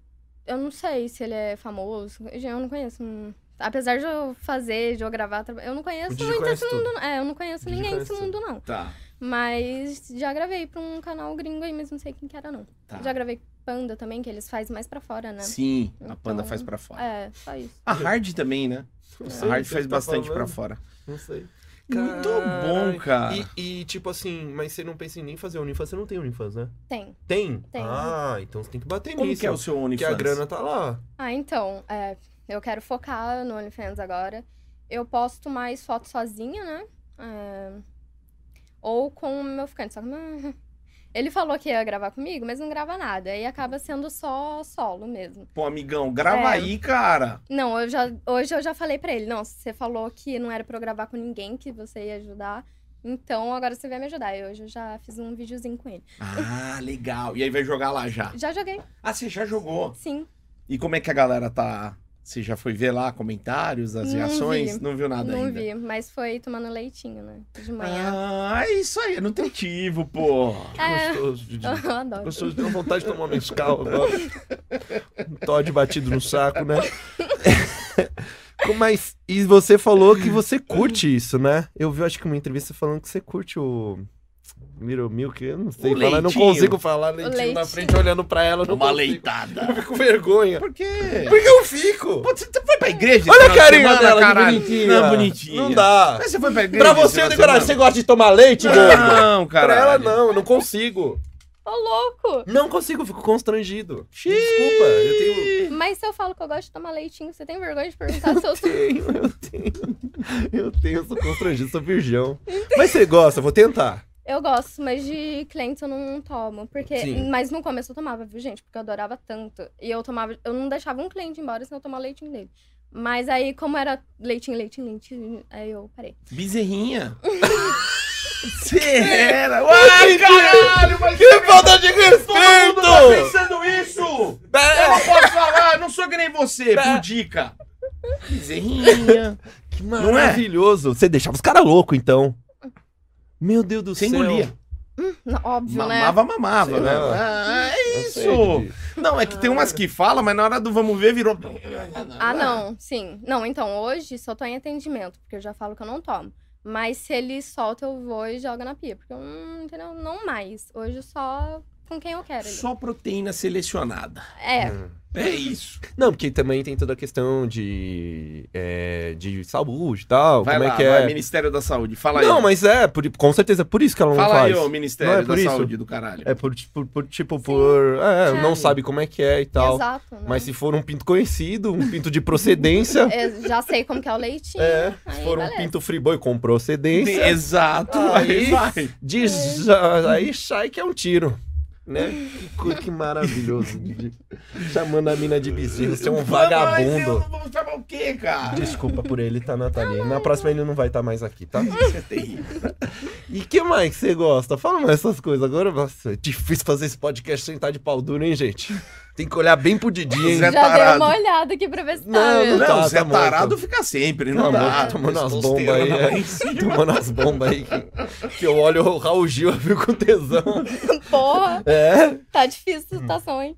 Eu não sei se ele é famoso. Eu não conheço. um- Apesar de eu fazer, de eu gravar, tra- eu não O conheço Didi muito conhece tudo. Não, É, eu não conheço Didi ninguém conhece desse mundo, não. Tá, Mas já gravei pra um canal gringo aí, mas não sei quem que era, não. tá. Já gravei Panda também, que eles fazem mais pra fora, né? Sim, a Panda Então, faz pra fora. É, só isso. A Hard também, né? Não A sei Hard do que faz você tá bastante pra falando. fora. Não sei. Muito bom, cara. E- E, tipo assim, mas você não pensa em nem fazer OnlyFans, você não tem OnlyFans, né? Tem. Tem? Tem. Ah, então você tem que bater Como nisso. que é o seu OnlyFans? Porque a grana tá lá. Ah, então, é, eu quero focar no OnlyFans agora. Eu posto mais fotos sozinha, né? É, ou com o meu ficante. Só que meu- *laughs* ele falou que ia gravar comigo, mas não grava nada. Aí acaba sendo só solo mesmo. Pô, amigão, grava É. aí, cara. Não, eu já, hoje eu já falei pra ele, não, você falou que não era pra eu gravar com ninguém, que você ia ajudar. Então agora você vai me ajudar. Eu, hoje eu já fiz um videozinho com ele. Ah, legal. E aí vai jogar lá já. Já joguei, Ah, você já jogou. sim. E como é que a galera tá? Você já foi ver lá comentários, as Não reações? vi. Não viu nada não ainda? vi, mas foi tomando leitinho, né? De manhã. Ah, é isso aí, é nutritivo, pô. Ah, é, *laughs* Gostoso, Didi. eu adoro. Gostoso, deu vontade de tomar um mescal agora. Um Todd batido no saco, *laughs* né? Mas, e você falou que você curte isso, né? Eu vi, acho que uma entrevista falando que você curte o Little Milk, eu não sei O falar, não leitinho. consigo falar leitinho, na leitinho. frente olhando pra ela, eu não Uma consigo. Eu *laughs* leitada. fico com vergonha. Por quê? Por que eu fico? Pô, você foi pra igreja? Olha esse final a de carinha semana, dela, caralho? que bonitinha. Não, bonitinha. Não dá. Mas você foi pra igreja? Pra esse você, final de Nicolás, você semana? gosta de tomar leite, gordo? Não, cara. Pra ela, não, eu não consigo. Ô, louco! Não consigo, eu fico constrangido. Desculpa, eu tenho... Mas se eu falo que eu gosto de tomar leitinho, você tem vergonha de perguntar se eu sou. tenho, eu tenho. *laughs* Eu tenho, eu sou constrangido, sou virgão. Mas você gosta, eu vou tentar. Eu gosto, mas de clientes eu não tomo. Porque. Sim. Mas no começo eu tomava, viu, gente? Porque eu adorava tanto. E eu tomava. Eu não deixava um cliente embora senão eu tomar leitinho dele. Mas aí, como era leitinho, leitinho, leitinho, aí eu parei. Bezerrinha. Você era. Uai, caralho, mas Que falta de todo mundo tá respeito! pensando isso! Eu É, não posso falar, não sou que nem você, Tá. por dica. Bezerrinha. *laughs* Que é? maravilhoso. Você deixava os caras loucos, então. Meu Deus do Você céu. engolia. Não, óbvio, né? Mamava, mamava, Sei né? lá. Ah, é Eu isso. sei, Didi. Não, é que tem umas que falam, mas na hora do vamos ver virou. Ah, não, sim. Não, então hoje só tô em atendimento, porque eu já falo que eu não tomo. Mas se ele solta, eu vou e joga na pia. Porque eu não, entendeu? Não mais. Hoje só com quem eu quero. ali. Só proteína selecionada. É, É isso. Não, porque também tem toda a questão de. é, de saúde e tal. Vai como lá, é que vai, é. Ministério da Saúde. Fala não, aí. mas é, por- com certeza, por isso que ela não Fala faz. aí, ô Ministério Não é da por isso? Saúde do caralho. É por, por, por- tipo, por. É, É. não sabe como é que é e tal. exato. Né? Mas se for um pinto conhecido, um pinto de procedência. Eu já sei como que é o *laughs* leitinho. é. Aí, Se for um beleza. pinto friboi com procedência. Exato. Aí- Aí vai. Diz, ah, aí sai que é um tiro. Né? Que co- Que *laughs* maravilhoso. Didi. Chamando a mina de bezerro, você é um Mas vagabundo. eu vou chamar o quê, cara? Desculpa por ele, tá, Nathalie? Na próxima ele não vai estar mais aqui, tá? Isso é terrível. E que mais que você gosta? Fala mais essas coisas. Agora, nossa, é difícil fazer esse podcast sentar de pau duro, hein, gente? Tem que olhar bem pro Didi, hein? Zé Já tarado. deu uma olhada aqui pra ver se tá. Não, mesmo. Não, tá, o Zé tá morto. Tarado fica sempre, não Tá dá. morto, tomando as bombas Testosterona aí, é. lá em cima. Tomando as bombas aí que, que eu olho o Raul Gil eu fico com tesão. Porra, É. tá difícil a situação, hein?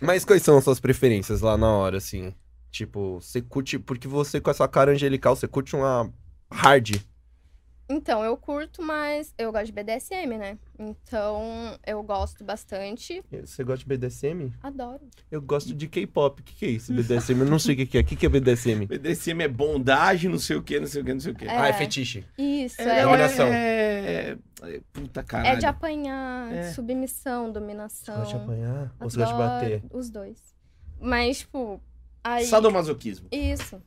Mas quais são as suas preferências lá na hora, assim? Tipo, você curte. Porque você com essa cara angelical, você curte uma hard. Então, eu curto, mas eu gosto de BDSM, né? Então, eu gosto bastante. Você gosta de BDSM? Adoro. Eu gosto de K-pop. O que, que é isso? BDSM? Eu não sei o que, que é. O que, que é BDSM? BDSM é bondagem, não sei o quê, não sei o quê, não sei o quê. É. Ah, é fetiche. Isso, É, é. não, é- dominação. é- é- Puta caralho. É de apanhar, É. submissão, Você Então, dominação. gosta de apanhar? Ou você gosta de Adoro bater? Os dois. Mas, tipo, aí. Sadomasoquismo. Isso.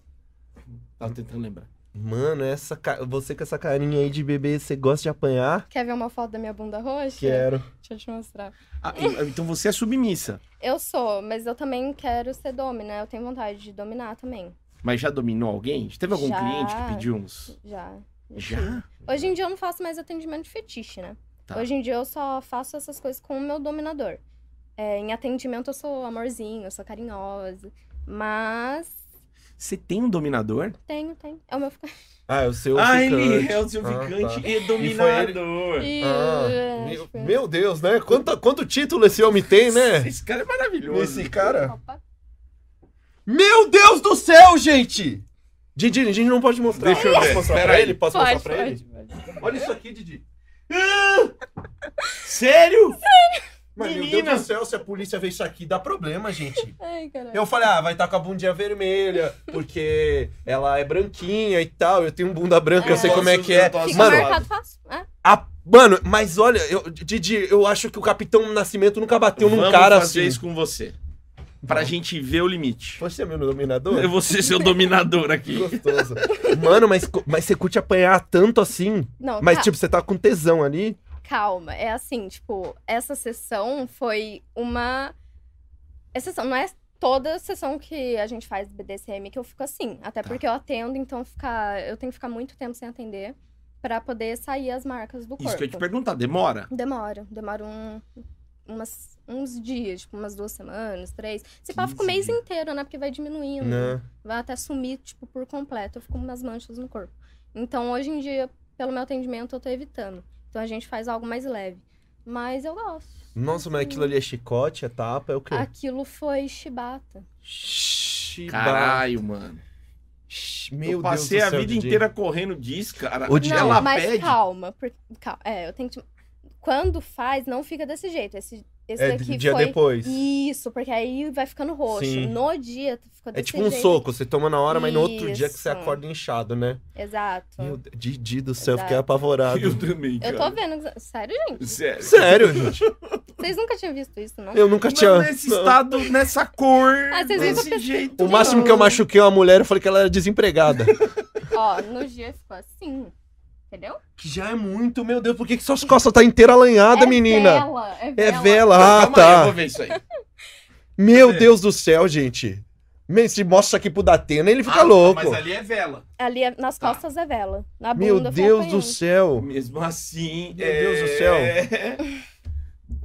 Tava tentando lembrar. Mano, essa ca- você com essa carinha aí de bebê, você gosta de apanhar? Quer ver uma foto da minha bunda roxa? Quero. Deixa eu te mostrar. Ah, e- então você é submissa, Eu sou, mas eu também quero ser domi, né? Eu tenho vontade de dominar também. mas já dominou alguém? Teve algum Já. cliente que pediu uns? Já. Já? Hoje em dia eu não faço mais atendimento de fetiche, né? Tá. Hoje em dia eu só faço essas coisas com o meu dominador. É, em atendimento eu sou amorzinho, eu sou carinhosa. Mas Você tem um dominador? tenho, tenho. É o *laughs* meu ficante. Ah, é o seu. ficante. é o seu Ah, ficante tá. e dominador. Ah, É, meu, tipo- meu Deus, né? Quanto, quanto título esse homem tem, né? Esse cara é maravilhoso. cara. Opa. Meu Deus do céu, gente! Didi, a gente não pode mostrar. Deixa eu ver. Posso mostrar Pera pra aí. ele? Posso Pode, mostrar pra ele? pode. Olha isso aqui, Didi. Sério? Mas, meu Menina. Deus do céu, se a polícia ver isso aqui, dá problema, gente. Ai, caralho. Eu falei, ah, vai estar com a bundinha vermelha, porque ela é branquinha e tal. Eu tenho bunda branca, eu sei como é que é. Fica Mano, marcado fácil. né? a- Mano, mas olha, eu- Didi, eu acho que o Capitão Nascimento nunca bateu num Vamos cara fazer assim. isso com você. Pra gente ver o limite. Você é meu dominador? Eu vou ser seu dominador aqui. Gostoso. Mano, mas, co- mas você curte apanhar tanto assim? Não, Mas, ca- tipo, você tá com tesão ali? calma. É assim, tipo, essa sessão foi uma. Essa sessão não é toda sessão que a gente faz do BDSM que eu fico assim. Até Tá. porque eu atendo, então ficar... eu tenho que ficar muito tempo sem atender. pra poder sair as marcas do corpo. Isso que eu ia te perguntar, demora? Demora, demora um, umas, uns dias, tipo, umas duas semanas, três. Se pá, fica o 15 mês dias. inteiro, né? Porque vai diminuindo. Né? Vai até sumir, tipo, por completo. Eu fico com umas manchas no corpo. Então, hoje em dia, pelo meu atendimento, eu tô evitando. Então, a gente faz algo mais leve. Mas eu gosto. Nossa, mas aquilo ali é chicote, é tapa, é o quê? Aquilo foi chibata. Shiba. Caralho, mano. Sh- Meu eu passei Deus a do céu, vida DJ. inteira correndo disso, cara. Ô, DJ, Ela Não, mas pede. calma, por- calma. É, eu tenho que... te- Quando faz, não fica desse jeito. Esse, esse É daqui dia foi... depois. Isso, porque aí vai ficando roxo. Sim. No dia ficou É desse tipo um jeito. soco, você toma na hora, mas no outro dia que você Isso. acorda inchado, né? Exato. Meu Deus, Didi do céu, Exato. fiquei apavorado. Eu também, cara. Eu tô vendo. Sério, gente? Sério. Sério, gente. Vocês nunca tinham visto isso, não? Eu nunca tinha. Não, nesse estado, nessa cor, Ah, vocês nunca desse jeito. O máximo que eu machuquei uma mulher, eu falei que ela *laughs* era desempregada. Ó, no dia ficou assim. Entendeu? que já é muito, meu Deus, por que, que suas costas tá inteira alanhada, é menina? Vela, é É vela. vela, Calma aí, ah, eu vou tá. ver isso aí. Meu ver. Deus do céu, gente. Men, se mostra isso aqui pro Datena, ele fica Ah, louco. Mas ali é vela. Ali é- nas Tá. costas é vela. Na bunda Meu foi Deus do apanhando. céu. Mesmo assim. Meu é- Deus do céu.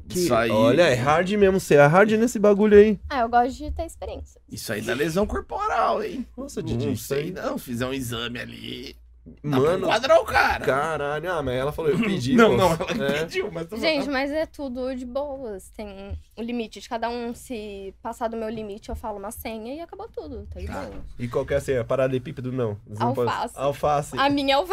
Que- Isso aí. Olha, é hard mesmo, você é hard nesse bagulho aí. Ah, eu gosto de ter experiência. Isso aí dá lesão corporal, hein? Nossa, Não Didi, isso sei aí. não, fizer um exame ali. Dá pra Mano, enquadrar o cara. caralho. Ah, mas ela falou, eu pedi. não, moço. não, ela É. pediu, mas... Gente, mas é tudo de boas. Tem o limite de cada um. Se passar do meu limite, eu falo uma senha e acabou tudo. Tá de Tá. boa. E qual que é a senha? Paralelepípedo, não. Você não pode- Alface. Alface. A minha é o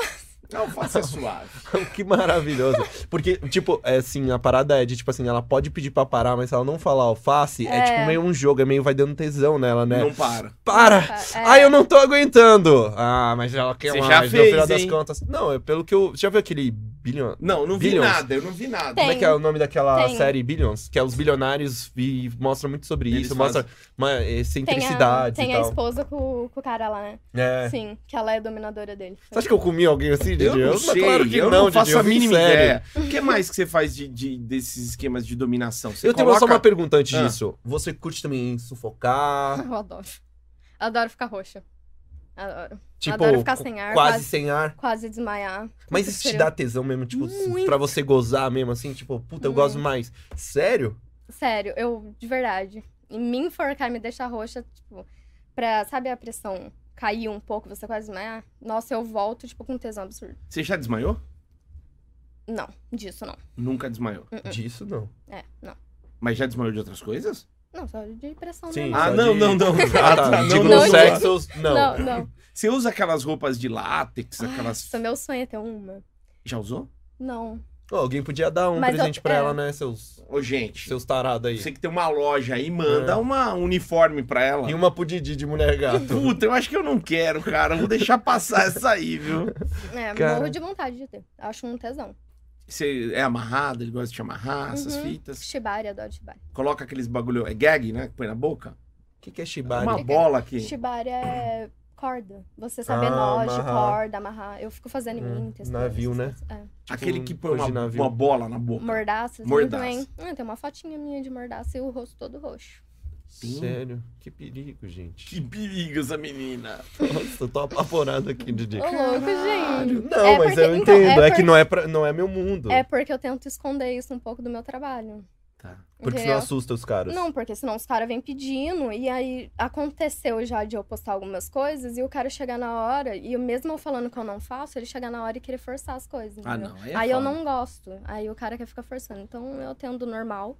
Não, faça suave. *laughs* que maravilhoso. Porque, tipo, é assim, a parada é de, tipo assim, ela pode pedir pra parar, mas se ela não falar alface, é, É. tipo meio um jogo, é meio vai dando tesão nela, *laughs* né? Não para. Para! É. Ai, Ah, eu não tô aguentando! Ah, mas ela quer Você mais, já no fez, final das hein? contas. Não, é pelo que eu. Já viu aquele Billion. Não, não vi Billions. nada, eu não vi nada. Tem. Como é que é o nome daquela Tem. série Billions? Que é os bilionários e mostra muito sobre Eles isso, fazem. mostra uma Tem a, excentricidade tem e a tal. esposa com, com o cara lá, né? É. Sim, que ela é dominadora dele. Você acha que eu comi alguém assim, Didi? Eu não Mas sei, claro que eu não, não Didi, faço a vim mínima sério. ideia. O que mais que você faz de, de- desses esquemas de dominação? Você eu tenho só coloca- uma pergunta antes Ah. disso. Você curte também sufocar? Eu adoro. Adoro ficar roxa. Adoro. Tipo, Adoro ficar qu- sem ar, quase quase- sem ar. Quase desmaiar. Mas isso te dá tesão mesmo, tipo, Muito. pra você gozar mesmo, assim, tipo, puta, eu gosto mais. Sério? Sério, eu, de verdade. E me enforcar, me deixar roxa, tipo, pra, sabe a pressão cair um pouco, você quase desmaiar? Nossa, eu volto, tipo, com um tesão absurdo. Você já desmaiou? Não, disso não. Nunca desmaiou. Hum. Disso não. É, não. Mas já desmaiou de outras coisas? Não, só de pressão Sim. normal. Ah, só não, de- não, *laughs* não. Ah, Ah, tá, tá. não, Digo não, no não. sexo, não. Não, não. Você usa aquelas roupas de látex, Ah, aquelas... Nossa, meu sonho é ter uma. Já usou? Não. Ó, alguém podia dar um Mas eu- presente pra é. ela, né, seus, Ô, gente, seus tarados aí. você que tem uma loja aí, manda É. uma um uniforme pra ela. E um uma pro Didi de mulher gato. Puta, eu acho que eu não quero, cara. Vou deixar passar *laughs* essa aí, viu? É, Cara. morro de vontade de ter. Acho um tesão. Você é amarrado, ele gosta de te amarrar, essas Uhum. fitas. Shibari, adoro Shibari. Coloca aqueles bagulho... É gag, né? Que põe na boca? O que, que é shibari? Uma bola aqui. Shibari é corda. Você saber Ah, nó de amarrar. corda, amarrar. Eu fico fazendo em Hum, mim, testando. navio, essas né? coisas. É. Aquele que põe um coisa uma, de navio. uma bola na boca. Mordaça, Mordaça. também. Ah, tem uma fotinha minha de mordaça e o rosto todo roxo. Sério, que perigo, gente. Que perigo essa menina. Nossa, eu tô apavorado aqui, Didi. Ô, louco, gente. Não, É mas porque- eu então, entendo. é é que por- não é, pra, não é meu mundo. É porque eu tento esconder isso um pouco do meu trabalho. Tá. porque senão é entendeu? assusta os caras. Não, porque senão os caras vêm pedindo. E aí aconteceu já de eu postar algumas coisas e o cara chegar na hora, e eu mesmo eu falando que eu não faço, ele chegar na hora e querer forçar as coisas. Ah, entendeu? não. Aí, é Aí eu foda. não gosto. Aí o cara quer ficar forçando. Então eu tendo normal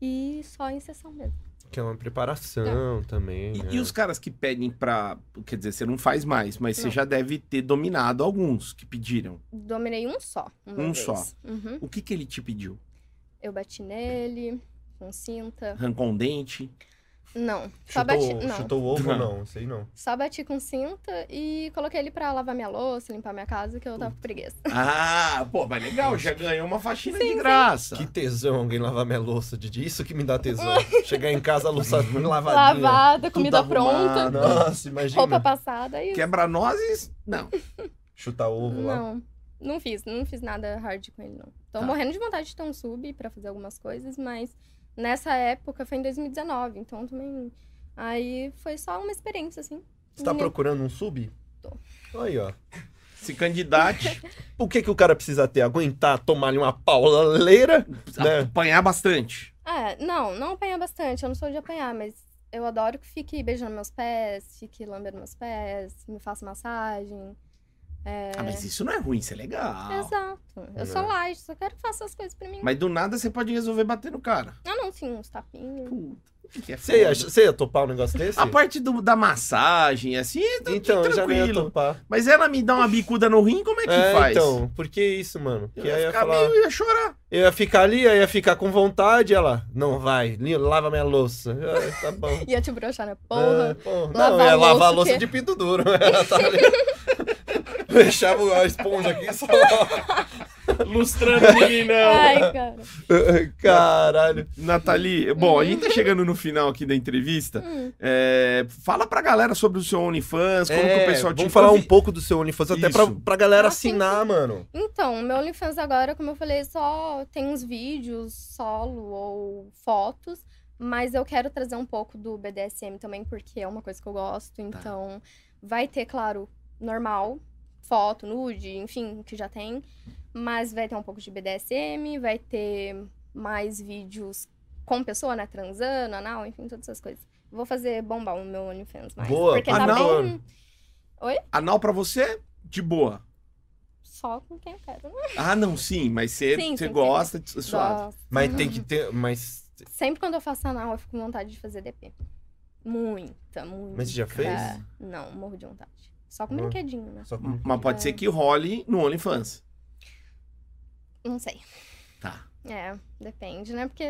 e só em sessão mesmo. Que é uma preparação Tá. também. né? E, e os caras que pedem pra. Quer dizer, você não faz mais, mas você Não. já deve ter dominado alguns que pediram. Dominei um só. uma Um vez. só. Uhum. O que que ele te pediu? Eu bati nele, com cinta. Arrancou um dente? Não. Só chutou, um, bati. Não. chutou o ovo? Não. Não, isso aí não. Só bati com cinta e coloquei ele pra lavar minha louça, limpar minha casa, que eu tava com preguiça. Ah, pô, mas legal, já ganhou uma faxina de graça. Que tesão alguém lavar minha louça, Didi. Isso que me dá *laughs* tesão. Chegar em casa, a louça lavadinha. Lavada, Tudo comida arrumado. pronta, Nossa, imagina. roupa passada e. Quebra nozes? Não. Chutar ovo lá. Não. Não fiz, não fiz nada hard com ele, não. Tô Tá. morrendo de vontade de ter um sub pra fazer algumas coisas, mas nessa época foi em 2019, então também. Aí foi só uma experiência, assim. Você tá Não. procurando um sub? Tô. Aí, ó. Se *laughs* candidate, O que que o cara precisa ter? Aguentar tomar-lhe uma paulaleira? Né? apanhar bastante. É, não, não apanha bastante. Eu não sou de apanhar, mas eu adoro que fique beijando meus pés, fique lambendo meus pés, me faça massagem. Ah, mas isso não é ruim, isso é legal. Exato. Eu sou Não. light, só quero que faça as coisas pra mim. Mas do nada você pode resolver bater no cara. Ah, não, sim, uns *laughs* tapinhos. Puta, que é Você ia, foda. você ia topar um negócio desse? A parte do- da massagem, assim, tá então, eu já não ia tranquilo. topar. Mas ela me dá uma bicuda no rim, como é que É, faz? então, por que isso, mano? Eu Que ia aí eu ia ficar falar... meio, ia chorar. Eu ia ficar ali, aí ia ficar com vontade, ela... Não vai, li- lava minha louça. Ah, tá bom. Ia te broxar na Ah, *laughs* porra. porra. Lavar Não, ia a lavar a louça, louça o quê? de pinto duro. *laughs* Ela tá ali. *laughs* Deixava a esponja aqui e *laughs* só... *laughs* Lustrando né? ninguém, Ai, *laughs* cara. Caralho. Nathalie, bom, a gente tá chegando no final aqui da entrevista. Hum. É, fala pra galera sobre o seu OnlyFans, como que o pessoal te vamos falar um encontra. pouco do seu OnlyFans, até pra, Isso. pra galera Nossa, assinar, mano. Então, meu OnlyFans agora, como eu falei, só tem uns vídeos solo ou fotos, mas eu quero trazer um pouco do BDSM também, porque é uma coisa que eu gosto. Então, vai ter, claro, normal, foto, nude, enfim, que já tem, mas vai ter um pouco de BDSM, vai ter mais vídeos com pessoa, né, transando, anal, enfim, todas essas coisas. Vou fazer bombar o meu OnlyFans mais, Boa, porque anal? tá bem Anal pra você, de boa. só com quem eu quero, né? Ah, não, sim, mas você Sim, você sim, gosta de suave. Gosto. Mas Uhum. tem que ter... Mas, Sempre quando eu faço anal, eu fico com vontade de fazer DP. Muita, muita. mas você já fez? Não, morro de vontade. Só com Não. brinquedinho, né? Só com... Mas pode ser que role no OnlyFans. Não sei. Tá. É, depende, né? Porque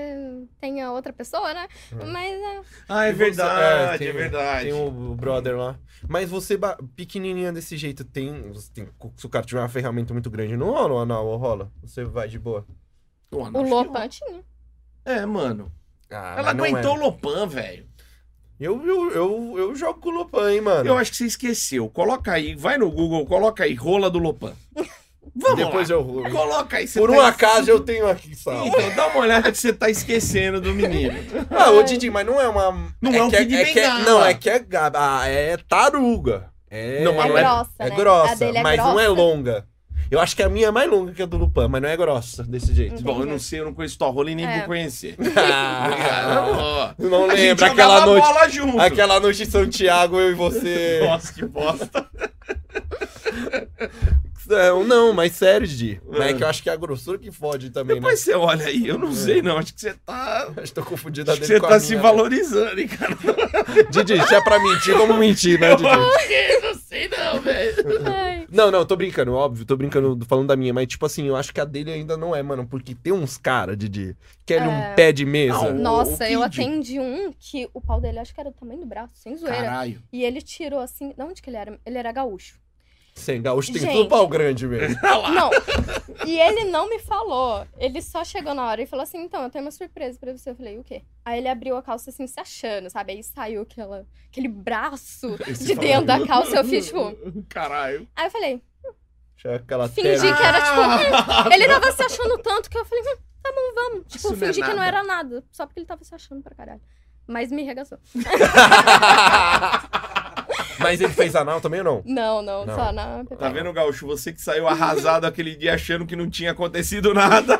tem a outra pessoa, né? É. Mas é. Ah, é E você- verdade, é, tem- é verdade. Tem o o brother lá. Mas você, ba- pequenininha desse jeito, tem, você tem- Se o cara tiver uma ferramenta muito grande, não rola um anal ou rola? Você vai de boa. O O anal Lopan tinha. É, mano. Ah, Ela mas não aguentou é. o Lopan, velho. Eu, eu, eu, eu jogo com o Lopan, hein, mano. Eu acho que você esqueceu. Coloca aí, vai no Google, coloca aí, rola do Lopan. Vamos Depois lá. eu rolo. Coloca aí. você Por tá um acaso eu tenho aqui, Sim, salvo. Então dá uma olhada que você tá esquecendo do menino. Ah, ô Didi, mas não é uma. Não é um que Kid é, que é- Bengala. Não, é que é. ga- Ah, é taruga. É, Não, mas É não é- grossa, é né? A grossa, dele é mas não é grossa. longa. Eu acho que a minha é mais longa que a do Lupan, mas não é grossa desse *laughs* jeito. Bom, eu não sei, eu não conheço tua rola e nem É. vou conhecer. Ah, Ah, ó. não A gente lembro, jogava aquela noite. bola junto. Aquela noite em São Tiago, eu e você. Nossa, que bosta. Não, Não, mas sério, Didi. Mas é Ah. que eu acho que é a grossura que fode também, Depois você olha aí, eu não sei não, acho que você tá... né? Acho que tô confundindo a Acho que dele você É. com a tá se minha, né? valorizando, hein, cara. Didi, se é pra mentir, vamos mentir, né, Didi? *laughs* Eu não sei não, velho. Ai. Não, não, tô brincando, óbvio, tô brincando falando da minha, mas tipo assim, eu acho que a dele ainda não é, mano, porque tem uns caras, Didi, que é um É. pé de mesa. Não. O- Nossa, o eu Kid. atendi um que o pau dele acho que era do tamanho do braço, sem zoeira. Caralho. E ele tirou assim. De onde que ele era? Ele era gaúcho. Sem gaúcho tem Gente. tudo pau grande mesmo. Olha Tá lá. Não. E ele não me falou. Ele só chegou na hora e falou assim: então, eu tenho uma surpresa pra você. Eu falei: o quê? Aí ele abriu a calça assim, se achando, sabe? Aí saiu aquela, aquele braço Esse de dentro da falou. calça. Eu fiz tipo. Caralho. Aí eu falei: Tinha Aquela Fingi tela. que era, tipo... ele tava se achando tanto que eu falei: hum, tá bom, vamos. Isso Tipo, não é fingi que não nada. era nada. Só porque ele tava se achando pra caralho. Mas me regaçou. *laughs* Mas ele fez anal também ou não? Não, não, Não. só na Tá pepeca. vendo, Gaúcho? Você que saiu arrasado aquele dia achando que não tinha acontecido nada.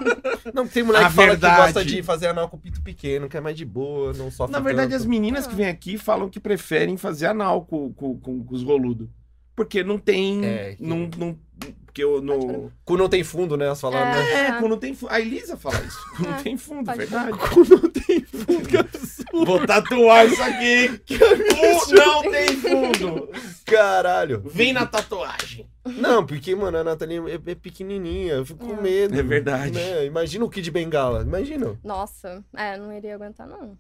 Não, tem mulher A que fala verdade. que gosta de fazer anal com pinto pequeno, que é mais de boa, não sofre Na verdade, as tanto. meninas que vêm aqui falam que preferem fazer anal com, com, com- com os roludos. Porque não tem. É, que- Não, não, porque eu Pode não. Cu não tem fundo, né, as falaram, né? É, Ah. quando tem fundo. A Elisa fala isso. Quando Ah, tem fundo, pode verdade. Cu não tem fundo, que absurdo. Vou tatuar isso aqui. *laughs* Cu não tem fundo. Caralho. Vem na tatuagem. Não, porque, mano, a Nathalie é, é pequenininha, eu fico com É. medo. É verdade. né? Imagina o Kid Bengala, imagina. Nossa, é, não iria aguentar, não.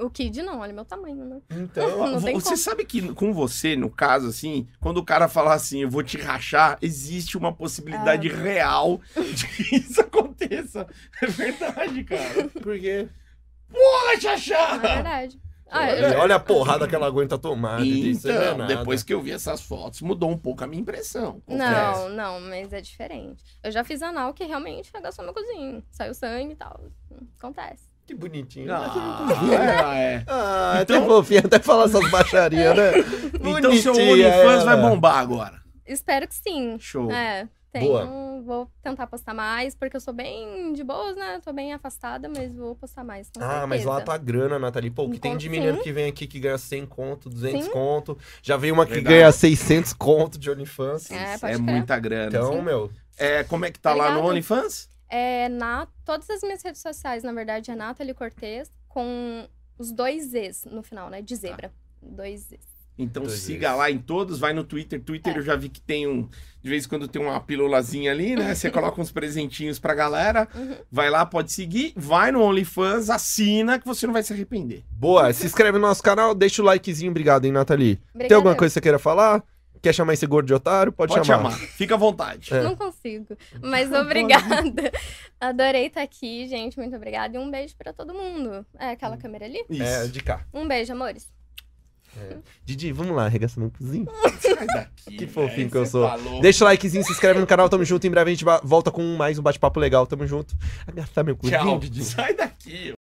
O Kid não, olha meu tamanho, né? Então, Não tem você como. sabe que com você, no caso, assim, quando o cara falar assim, eu vou te rachar, existe uma possibilidade Ah. real de que *laughs* isso aconteça. É verdade, cara. por quê? Porra, *laughs* Na Xaxá! é verdade. *laughs* Ah, olha, eu- olha a porrada que ela aguenta tomar. Didi, isso não é Então, nada. depois que eu vi essas fotos, mudou um pouco a minha impressão. confesso. Não, não, mas é diferente. Eu já fiz anal que realmente é arregaçou meu cozinho. Saiu sangue e tal. Acontece. Que bonitinho. né? Ah, é, é. Ah, Então- até fofinha, até falar essas baixarias, né? Então seu Bonitinha OnlyFans vai ela. bombar agora. Espero que sim. Show. É, tem. Boa. um- Vou tentar postar mais, porque eu sou bem de boas, né? Tô bem afastada, mas vou postar mais. com Ah, mas lá certeza. Então, tá a grana, Nathalie. Pô, o que tem de Sim. menino que vem aqui que ganha 100 conto, 200 Sim. conto. Já veio uma que Verdade. ganha 600 conto de OnlyFans. É, Isso pode crer. muita grana. Então, Sim. meu, É, como é que tá lá no Obrigada. OnlyFans? É, na, todas as minhas redes sociais, na verdade, é Nathalie Cortez, com os dois Zs no final, né? De Tá. zebra. Dois Zs. Então Dois siga vezes. lá em todos, vai no Twitter. Twitter É. eu já vi que tem um. De vez em quando tem uma pílulazinha ali, *laughs* né? Você coloca uns presentinhos pra galera. Uhum. Vai lá, pode seguir. Vai no OnlyFans, assina que você não vai se arrepender. Uhum. boa. Se inscreve no nosso canal, deixa o likezinho. Obrigado, hein, Nathalie. Tem alguma Obrigadão. coisa que você queira falar? Quer chamar esse gordo de otário? Pode, chamar. Fica à vontade. É. Não consigo. Mas obrigada. *laughs* Adorei estar aqui, gente. Muito obrigada. E um beijo pra todo mundo. É aquela câmera ali? Isso. É, de cá. Um beijo, amores. Didi, vamos lá, arregaçando o cozinho. Sai daqui, *laughs* Que fofinho velho, que eu você tá sou. falou. Deixa o likezinho, se inscreve no canal, tamo junto. Em breve a gente ba- volta com mais um bate-papo legal. Tamo junto. Agarra meu cozinho, Tchau. Didi. Sai daqui,